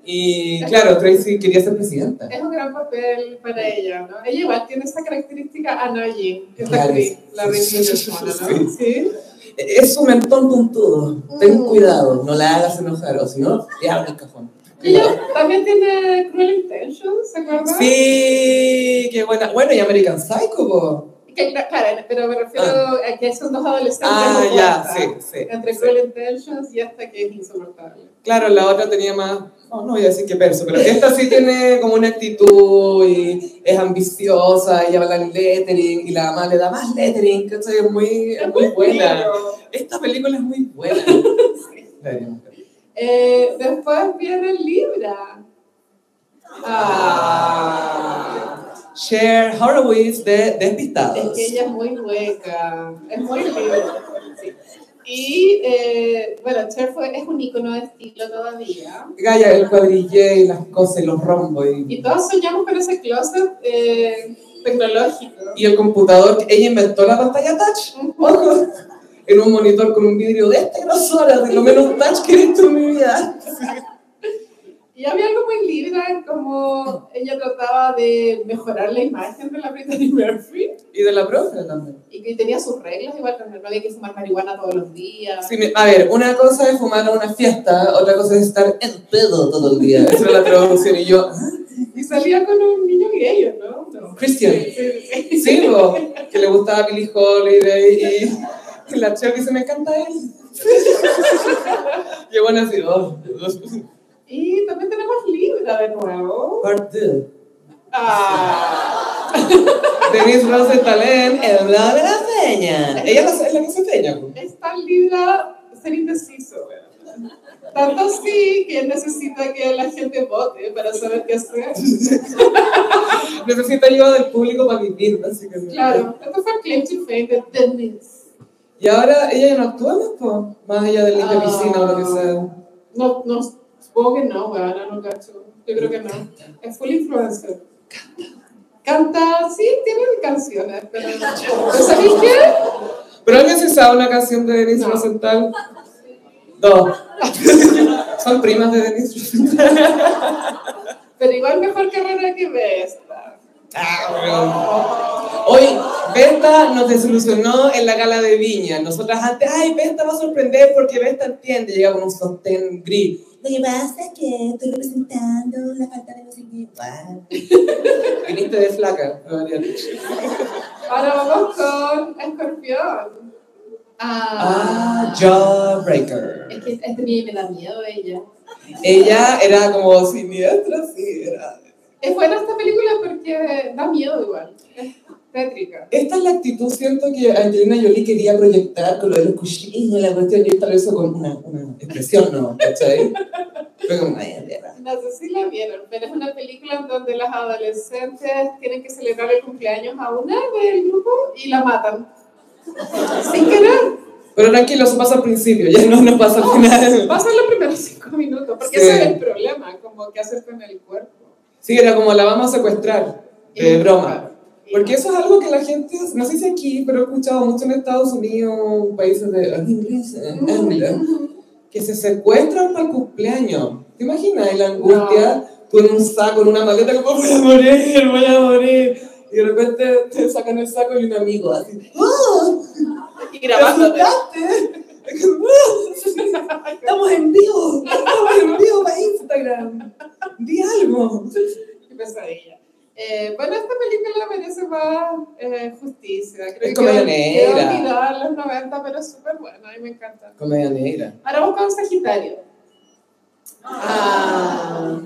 S1: Y claro, Tracy quería ser presidenta.
S6: Es un gran papel para ella, ¿no? Ella igual tiene esa característica annoying, esta
S1: Claro.
S6: actriz, la Regina
S1: Sí.
S6: George, ¿no? Sí.
S1: Es su mentón puntudo. Ten
S6: Mm.
S1: cuidado, no la hagas enojar, o si no, te abre el cajón.
S6: Y ella también tiene Cruel Intentions, ¿se acuerdan?
S1: Sí, qué buena. Bueno, y American Psycho, po.
S6: Que, claro, pero me refiero a que son dos adolescentes.
S1: Ah,
S6: opuestas,
S1: ya, sí, sí.
S6: Entre Cruel Intentions y esta que es insoportable.
S1: Claro, la otra tenía más. No, no voy a decir que perso, pero esta sí tiene como una actitud y es ambiciosa y habla en lettering y la mamá le da más lettering, ¿cachai? Es muy, es muy buena.
S6: Pero,
S1: Esta película es muy buena. La deberíamos ver.
S6: eh, después viene Libra. Ah.
S1: Cher Horowitz de
S6: Es
S1: Despistados.
S6: que ella es muy hueca, es muy libre. sí. Y eh, bueno, Cher fue, es un icono de estilo todavía.
S1: Gaya, el cuadrillé y las cosas y los rombos. Y,
S6: Y todos soñamos con ese closet eh, tecnológico.
S1: y el computador, que ella inventó la pantalla touch. Ojo, en un monitor con un vidrio de esta grosora, de lo menos touch que he visto en mi vida.
S6: Y había algo muy libre, como ella trataba de mejorar la imagen de la Brittany Murphy.
S1: Y de la profe también.
S6: Y que tenía sus reglas, igual también no había que fumar marihuana todos los días.
S1: Sí, me- a ver, una cosa es fumar a una fiesta, otra cosa es estar en pedo todo el día. Esa era la traducción. Y yo, ah,
S6: Y salía con un niño gay, ¿o ¿no? no.
S1: Christian. Sí, po, que le gustaba Billie Holiday y, y la Cher dice, me encanta él. y bueno, así, oh, dos-
S6: Y también tenemos Libra de nuevo.
S1: part two.
S6: Ah.
S1: Denise Ross de Talent, el lado de la feña. Ella es la- es la que se feña. po.
S6: es tan libra ser indeciso, weón. Tanto sí que necesita que la gente vote para saber qué hacer.
S1: Necesita ayuda del público para vivir, básicamente.
S6: Claro, esto fue el claim to fame de Dennis.
S1: Y ahora ella ya no actúa más, po, más allá del limpia
S6: Ah.
S1: piscina o lo que sea.
S6: No, no, supongo que no, weón, no cacho. Yo creo que no. Es full influencer. Canta, sí, tiene canciones, pero no. ¿Sabéis qué?
S1: Pero alguien se sabe una canción de Denise
S6: No.
S1: Rosenthal. Dos. Son primas de Denise Rosenthal.
S6: Pero igual mejor carrera que Vesta.
S1: Ah, weón. Hoy Vesta nos desilusionó en la gala de Viña. Nosotras antes, ay, Vesta va a sorprender porque Vesta entiende, llega con un sostén gris.
S7: Lo que pasa es que estoy representando la falta de no sé qué. Ah.
S1: Viniste de flaca. para variar.
S6: Ahora vamos con Escorpión.
S1: Ah, Jawbreaker.
S6: Es que este niño me da miedo ella.
S1: Ella era como siniestra, sí, era.
S6: Es buena esta película porque da miedo igual. Es tétrica.
S1: Esta es la actitud, siento que Angelina Jolie quería proyectar con lo de los cuchillos, la cuestión, y esta lo hizo con una, una expresión, ¿no? ¿Cachai? Fue como, ay, mierda.
S6: No sé si la vieron, pero es una película en donde las adolescentes tienen que celebrar el cumpleaños a una del grupo y la matan. Sin querer.
S1: Pero tranquilo, eso pasa al principio, ya no nos pasa al final.
S6: Pasan los primeros cinco minutos, porque
S1: Sí.
S6: ese es el problema, como qué hacer con el cuerpo.
S1: Sí, era como la vamos a secuestrar, de
S6: Y-
S1: broma.
S6: y-
S1: Porque eso es algo que la gente, no sé si aquí, pero he escuchado mucho en Estados Unidos, países de en inglés, en Anglo, que se secuestran para el cumpleaños. ¿Te imaginas la angustia? Tú en un saco, en una maleta, como voy a morir, voy a morir. Y de repente te sacan el saco y un amigo así. ¡Oh!
S6: Y grabándote.
S1: ¿Te asustaste? ¡Estamos en vivo! ¡Estamos en vivo para Instagram! ¡Di algo!
S6: Qué pesadilla. Eh, bueno, esta película merece más eh, justicia. Creo
S1: Es comedia
S6: quedó- quedó
S1: negra.
S6: olvidada en los 90, pero es súper buena, a mí me encanta.
S1: Comedia negra.
S6: Ahora vamos con Sagitario. Ah,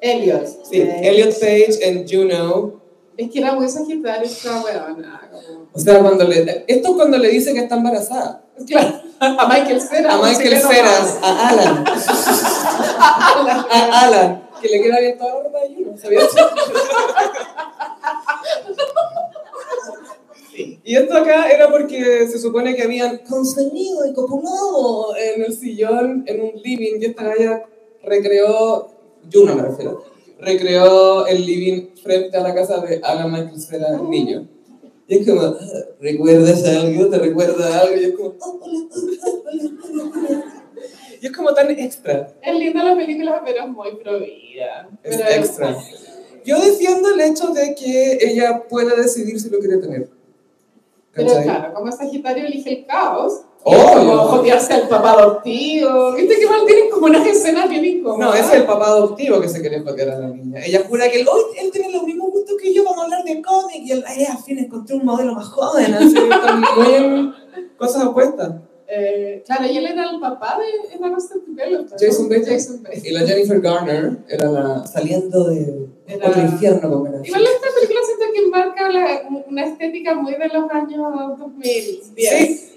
S6: Elliot. Eh,
S1: Sí, Elliot Page en Juno.
S6: Es que era muy Sagitario esta huevona. como-
S1: O sea, cuando le, esto es cuando le dice que está embarazada.
S6: Claro, a Michael Cera.
S1: A
S6: un
S1: Michael
S6: chileno
S1: Ceras, a Alan,
S6: malo.
S1: a Alan, que le queda bien toda la ropa de Juno, ¿sabías? Y esto acá era porque se supone que habían consumido y copulado en el sillón, en un living, y esta galla recreó, Juno me refiero, recreó el living frente a la casa de Alan Michael Cera, niño. Y es como, ah, ¿recuerdas algo? ¿Te recuerda algo? Y es como, "Oh, hola, y es como tan extra.
S6: Es linda la película, pero es muy provida.
S1: Es extra. Yo defiendo el hecho de que ella pueda decidir si lo quiere tener.
S6: Pero
S1: ¿Cachai?
S6: claro, como Sagitario elige el caos,
S1: Oh,
S6: como
S1: no.
S6: jotearse al papá adoptivo, viste que mal tienen como unas escenas bien incómodas.
S1: No, es el papá adoptivo que se quiere enfocar a la niña. Ella jura que él, "Ay, él tiene los mismos gustos que yo, vamos a hablar de cómic. Y él, ay, al fin encontré un modelo más joven. Así, están muy en cosas opuestas.
S6: Eh, claro, y él era el papá de Emma Constant Development.
S1: Jason Bateman.
S6: Jason Bateman.
S1: Y la Jennifer Garner era la saliendo de
S6: Era-
S1: otro infierno con Menace.
S6: Igual esta película siento que marca la- una estética muy de los años 2010.
S1: Sí.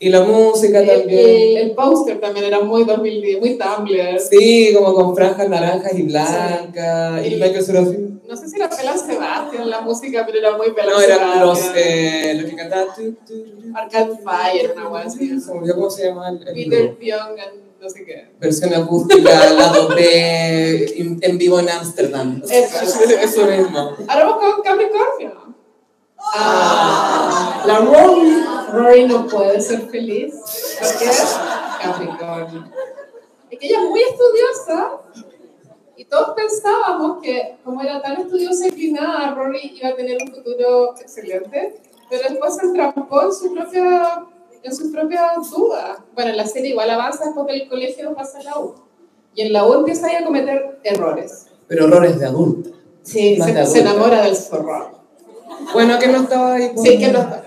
S1: Y la música
S6: El,
S1: también.
S6: el, Eh, el póster también era muy 2010, muy Tumblr.
S1: Sí, como con franjas naranjas y blancas.
S6: Sí.
S1: Y Michael Serafín.
S6: No sé si era Pela Sebastián la música, pero era muy Pela
S1: No, eran
S6: Sebastián.
S1: los, eh, los que cantaban. tu, tu, tu.
S6: Arcade Fire, una wea así.
S1: Se me olvidó cómo se llama el, el
S6: Peter
S1: grupo.
S6: Pyong, and no sé qué.
S1: Versión acústica, lado B, en en vivo en Ámsterdam.
S6: Eso.
S1: Eso mismo.
S6: Ahora vamos con Capricornio.
S1: La Rory.
S6: Rory no puede ser feliz porque es Capricornio. Es que ella es muy estudiosa y todos pensábamos que como era tan estudiosa y inclinada, Rory iba a tener un futuro excelente, pero después se entrampó en, su propia, en sus propias dudas. Bueno, en la serie igual avanza después del colegio pasa a la U. Y en la U empieza ahí a cometer errores.
S1: Pero horrores de adulta.
S6: Sí,
S1: Más de
S6: se, se
S1: adulta.
S6: enamora del zorro.
S1: Bueno, que no estaba ahí. con-
S6: Sí, que no está.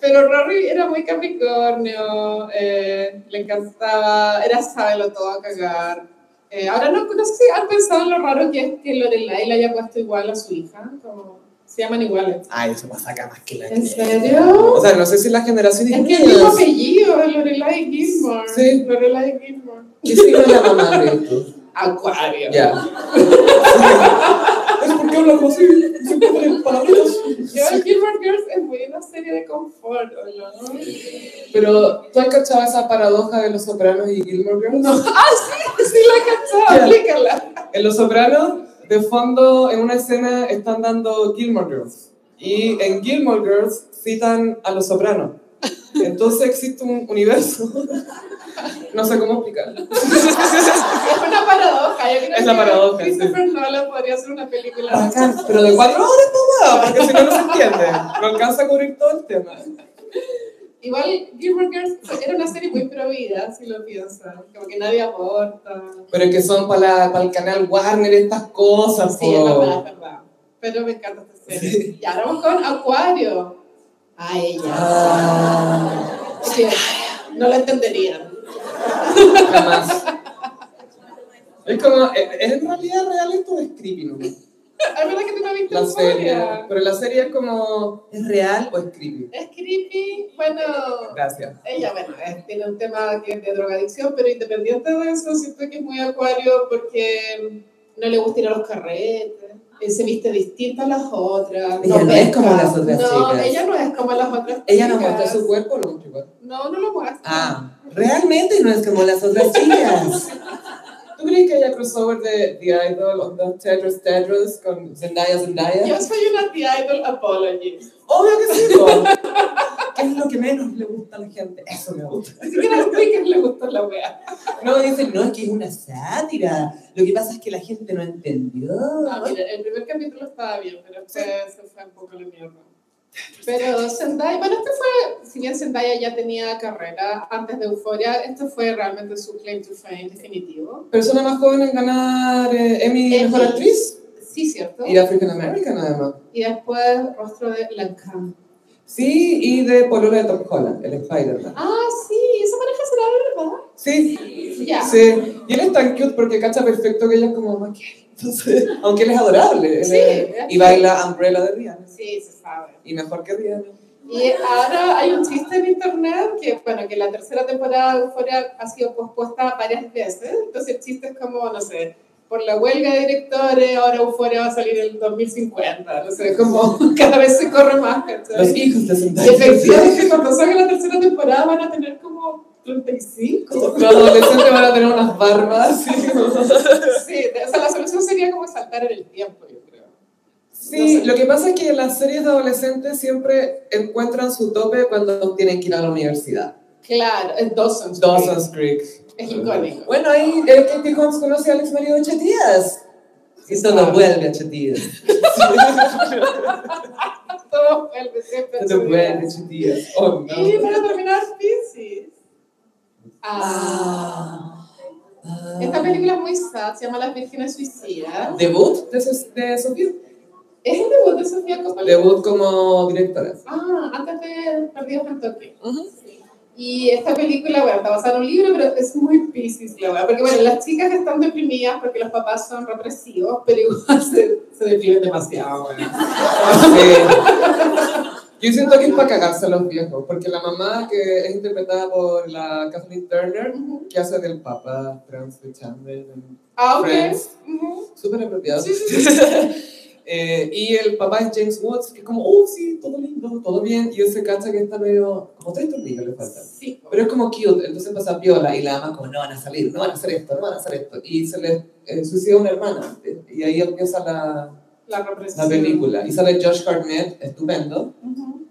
S6: Pero Rory era muy capricornio, eh, le encantaba, era sábelo todo a cagar. Eh, ahora no, no sé si han pensado en lo raro que es que Lorelai le haya puesto igual a su hija, como se llaman iguales.
S1: Ay, eso pasa acá más que la
S6: ¿En
S1: cresta.
S6: serio?
S1: O sea, no sé si la generación
S6: Es que
S1: es
S6: el mismo apellido de Lorelai Gilmore.
S1: Sí.
S6: Lorelai Gilmore.
S1: ¿Qué signo es la mamá de esto?
S6: Acuario.
S1: Ya. es porque habla posible. Siempre ponen palabras.
S6: Yo, el Gilmore Girls es muy una serie de confort, ¿o no?
S1: Pero, ¿tú has cachado esa paradoja de los sopranos y Gilmore Girls? No.
S6: Ah, sí, sí la he cachado,
S1: Ya.
S6: aplícala.
S1: En Los Sopranos, de fondo, en una escena están dando Gilmore Girls. Y en Gilmore Girls citan a Los Sopranos. Entonces existe un universo. No sé cómo explicarlo.
S6: Es una paradoja. Yo creo
S1: Es la
S6: que
S1: paradoja,
S6: Christopher Nolan podría hacer una película.
S1: Bacán, pero de cuatro horas, pues, weón, porque si no, no se entiende. No alcanza a cubrir todo el tema.
S6: Igual Gilmore Girls era una serie muy provida, si lo piensan. Como que nadie aporta.
S1: Pero es que son para el canal Warner estas cosas,
S6: Sí, es
S1: po.
S6: verdad, es verdad. Pero me encanta esta serie. Y ahora vamos con Acuario. A ella.
S1: Ah,
S6: Sí, no la entenderían.
S1: jamás. Es como, ¿es es en realidad real esto o es creepy, no?
S6: Es verdad que tú no viste
S1: La serie.
S6: Euphoria.
S1: Pero la serie es como, ¿es real o es creepy?
S6: Es creepy. Bueno,
S1: Gracias.
S6: Ella, bueno, eh, tiene un tema que es de drogadicción, pero independiente de eso, siento que es muy acuario porque mm, no le gusta ir a los carretes, eh, se viste distinta a las otras.
S1: Ella no es como las otras
S6: No,
S1: chicas.
S6: ella no es como las otras
S1: ¿Ella no
S6: chicas.
S1: muestra su cuerpo o lo muestra igual?
S6: No, no lo muestra.
S1: Ah, realmente no es como las otras chicas. ¿Tú crees que haya crossover de The Idol o The Tetris Tetris con Zendaya Zendaya?
S6: Yo soy una The Idol Apologist.
S1: Obvio que sí. po. ¿Qué es lo que menos le gusta a la gente? Eso me gusta.
S6: Así que a los piques le gustó la wea.
S1: No, dicen, no, es que es una sátira. Lo que pasa es que la gente no entendió.
S6: Ah, mira, el primer capítulo estaba bien, pero después se fue un poco la mierda. Pero Zendaya, bueno, este fue, si bien Zendaya ya tenía carrera antes de Euforia, esto fue realmente su claim to fame definitivo.
S1: Persona más joven en ganar eh, Emmy
S6: Emmy.
S1: Mejor Actriz
S6: Sí, ¿cierto?
S1: y African American además.
S6: Y después Rostro de Lancôme.
S1: Sí, y de Polola de Tom Holland, el Spider-Man.
S6: Ah, sí, esa pareja será verdad.
S1: Sí,
S6: Ya.
S1: sí. Y él es tan cute porque cacha perfecto que ella es como más que- Entonces, aunque él es adorable. él
S6: Sí,
S1: es- y baila Umbrella de Rihanna.
S6: Sí, se sabe.
S1: Y mejor que Rihanna.
S6: Y ahora hay un chiste en internet que, bueno, que la tercera temporada de Euphoria ha sido pospuesta varias veces. Entonces el chiste es como, no sé, por la huelga de directores, ahora Euphoria va a salir en el 2050. No sé, como cada vez se corre más,
S1: Los
S6: ¿cachai?
S1: hijos de
S6: Y
S1: Zendaya.
S6: efectivamente cuando salga la tercera temporada van a tener como 35.
S1: Los adolescentes van a tener unas barbas. así como-
S6: Sí, o sea, la solución sería como saltar en el tiempo, yo creo.
S1: Sí, lo que pasa es que las series de adolescentes siempre encuentran su tope cuando tienen que ir a la universidad.
S6: Claro, es Dawson's Creek.
S1: Dawson's Creek.
S6: Es icónico.
S1: Bueno, ahí eh, Katie Holmes conoce a Alex Mario Chatías. Eso no vuelve a Chatías.
S6: Todo vuelve siempre. a
S1: Eso
S6: su
S1: no
S6: vida.
S1: vuelve a Chatías. Oh,
S6: Y
S1: no.
S6: para terminar, Pisces. Ah. Esta película es muy sad, se llama Las Vírgenes Suicidas.
S1: ¿Debut de, Sos- de Sofía?
S6: Es el debut de Sofía Coppola.
S1: Debut como directora.
S6: Ah, antes de Perdidos en Tokio. Y esta película, bueno, está basada en un libro, pero es muy piscis la verdad. Porque, bueno, las chicas están deprimidas porque los papás son represivos, pero igual se, se deprimen demasiado, bueno.
S1: Eh, Yo siento que es para cagarse a los viejos, porque la mamá que es interpretada por la Kathleen Turner, que hace del papá trans de Chandler en
S6: Ah, ok.
S1: Friends,
S6: Ujú.
S1: súper apropiado.
S6: Sí,
S1: Eh, y el papá es James Woods, que es como, oh, sí, todo lindo, todo bien. Y él se cacha que está medio, como tres tornillos le faltan.
S6: Sí.
S1: Pero es como cute, entonces pasa piola y la ama como, no van a salir, no van a hacer esto, no van a hacer esto. Y se le eh, suicida una hermana. Y ahí empieza la,
S6: La
S1: la
S6: represión.
S1: película. Y sale Josh Hartnett, estupendo.
S6: Ujú.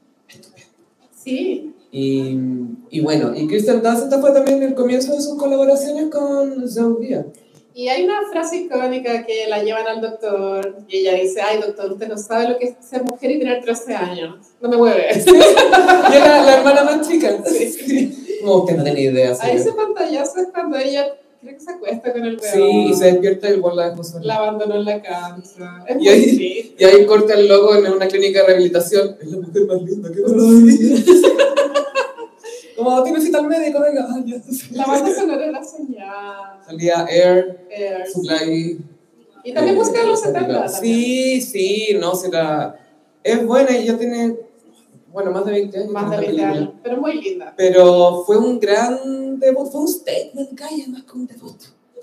S6: Sí.
S1: Y, y bueno, y Kristen Dunst esta fue también el comienzo de sus colaboraciones con Zendaya.
S6: Y hay una frase icónica que la llevan al doctor y ella dice, ay doctor, usted no sabe lo que es ser mujer y tener 13 años. No me mueve.
S1: Y era la hermana más chica. Sí. Como usted no tiene idea.
S6: A ese
S1: señor.
S6: pantallazo es cuando ella creo que se acuesta con el weón.
S1: Sí, y se despierta y el buen la dejó sola.
S6: La abandonó en la casa. Es
S1: Y
S6: muy
S1: ahí-
S6: triste.
S1: Y ahí corta el logo en una clínica de rehabilitación. Es la mujer más linda que conocí. Como, ¿tienes cita al médico? Venga. Ah, ya.
S6: La banda sonora de la señal.
S1: Salía Air,
S6: Eh,
S1: Supply. eh,
S6: Y también música de los 70. también.
S1: Sí, sí, no, será. Es buena y ya tiene, bueno, más de 20 años.
S6: Más
S1: esta
S6: de 20
S1: película.
S6: años. Pero muy linda.
S1: Pero fue un gran debut, fue un statement, calla, más que un debut.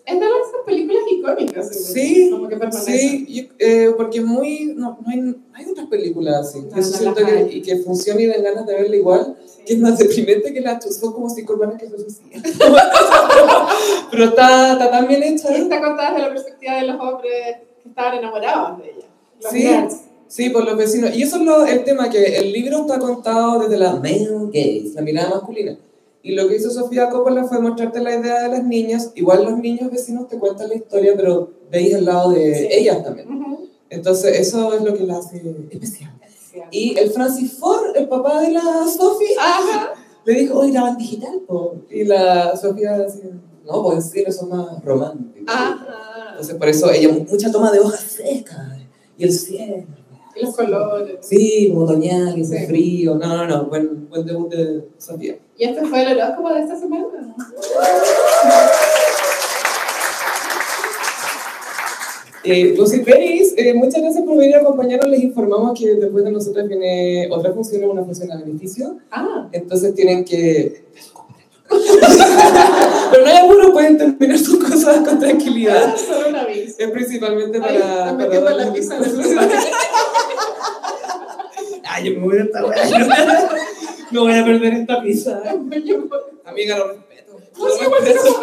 S6: Es de esas películas icónicas. seguro.
S1: Sí,
S6: Como que permanece.
S1: sí, y- eh, porque muy, no, no hay, no hay otras películas así.
S6: No,
S1: que eso
S6: no
S1: siento
S6: las
S1: que,
S6: hay.
S1: y que funciona y dan ganas de verla igual, que es más deprimente que las son como cinco hermanas que se suicidan. Pero está, está tan bien hecha.
S6: Y está contada desde la perspectiva de los hombres que estaban enamorados de ella. Los
S1: Sí.
S6: nerds.
S1: Sí, por los vecinos. Y eso es lo- el tema, que el libro está contado desde la male gaze, la mirada masculina. Y lo que hizo Sofía Coppola fue mostrarte la idea de las niñas. Igual los niños vecinos te cuentan la historia, pero veis el lado de
S6: Sí.
S1: ellas también.
S6: Ujú.
S1: Entonces, eso es lo que la hace especial.
S6: Sí.
S1: Y el Francis Ford, el papá de la Sofía,
S6: Ajá.
S1: le dijo, oye, graban digital, po". Y la Sofía decía, no, pues sí, eso es más romántico.
S6: Ah. Ajá.
S1: Entonces, por eso ella, mucha toma de hojas secas. Y el cielo.
S6: Y los colores.
S1: Sí, como otoñal, y
S6: Sí.
S1: hace frío. No, no, no, buen, buen debut de Sofía.
S6: Y este fue el horóscopo de esta semana.
S1: Eh, Lucy Grace, eh, muchas gracias por venir a acompañarnos. Les informamos que después de nosotros viene otra función, una función a beneficio.
S6: Ah.
S1: Entonces tienen que... Pero no hay apuro, pueden terminar sus cosas con tranquilidad.
S6: Solo un aviso.
S1: Es principalmente
S6: Ay,
S1: para...
S6: me
S1: para
S6: metió con
S1: darles-
S6: la pizza en el celular.
S1: Ay, yo me voy a esta weá. No voy a perder esta pizza. Amiga, lo respeto. Lo respeto.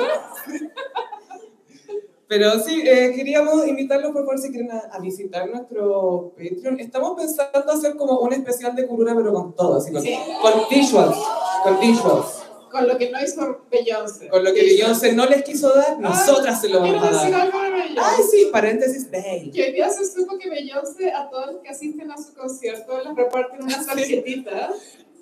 S1: Pero sí, eh, queríamos invitarlos, por favor, si quieren a, a visitar nuestro Patreon. Estamos pensando hacer como un especial de Curura, pero con todo, así con,
S6: Sí.
S1: con visuals, con visuals.
S6: Con lo que no hizo Beyoncé.
S1: Con lo que Beyoncé no les quiso dar, nosotras se lo
S6: Ah, Quiero
S1: vamos a
S6: decir
S1: dar.
S6: algo de Beyoncé.
S1: Ay, sí, paréntesis, day.
S6: Que hoy día se supo que Beyoncé a todos los que asisten a su concierto les reparten unas tarjetitas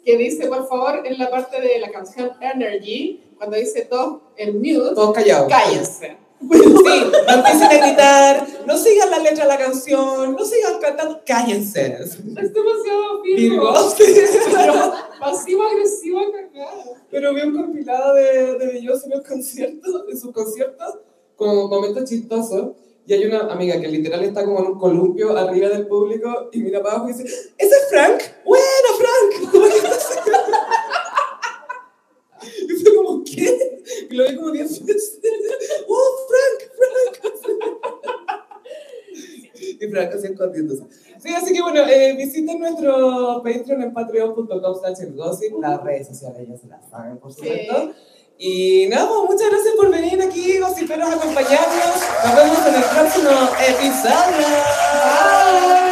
S6: que dice, por favor, en la parte de la canción Energy, cuando dice todo en mute,
S1: Todos callados.
S6: cállense.
S1: Sí, no empiecen a gritar, no sigan la letra de la canción, no sigan cantando, cállense.
S6: Es demasiado
S1: Virgo.
S6: virgo. Pasivo agresivo cagada.
S1: Pero vi un compilado de, de Beyoncé en los conciertos, en sus conciertos, con momentos chistosos. Y hay una amiga que literal está como en un columpio arriba del público y mira para abajo y dice, ¿ese es Frank? ¡Bueno, Frank! Y fue como, ¿qué? Y lo vi como 10 veces. ¡Oh, Frank, Frank! Y Frank así escondiéndose. Sí, así que bueno, eh, visiten nuestro Patreon en patreon.com slash el gossip. Las redes sociales ya se las saben, por supuesto. Y nada, pues, muchas gracias por venir aquí, gossiperos, a acompañarnos. Nos vemos en el próximo episodio. Bye.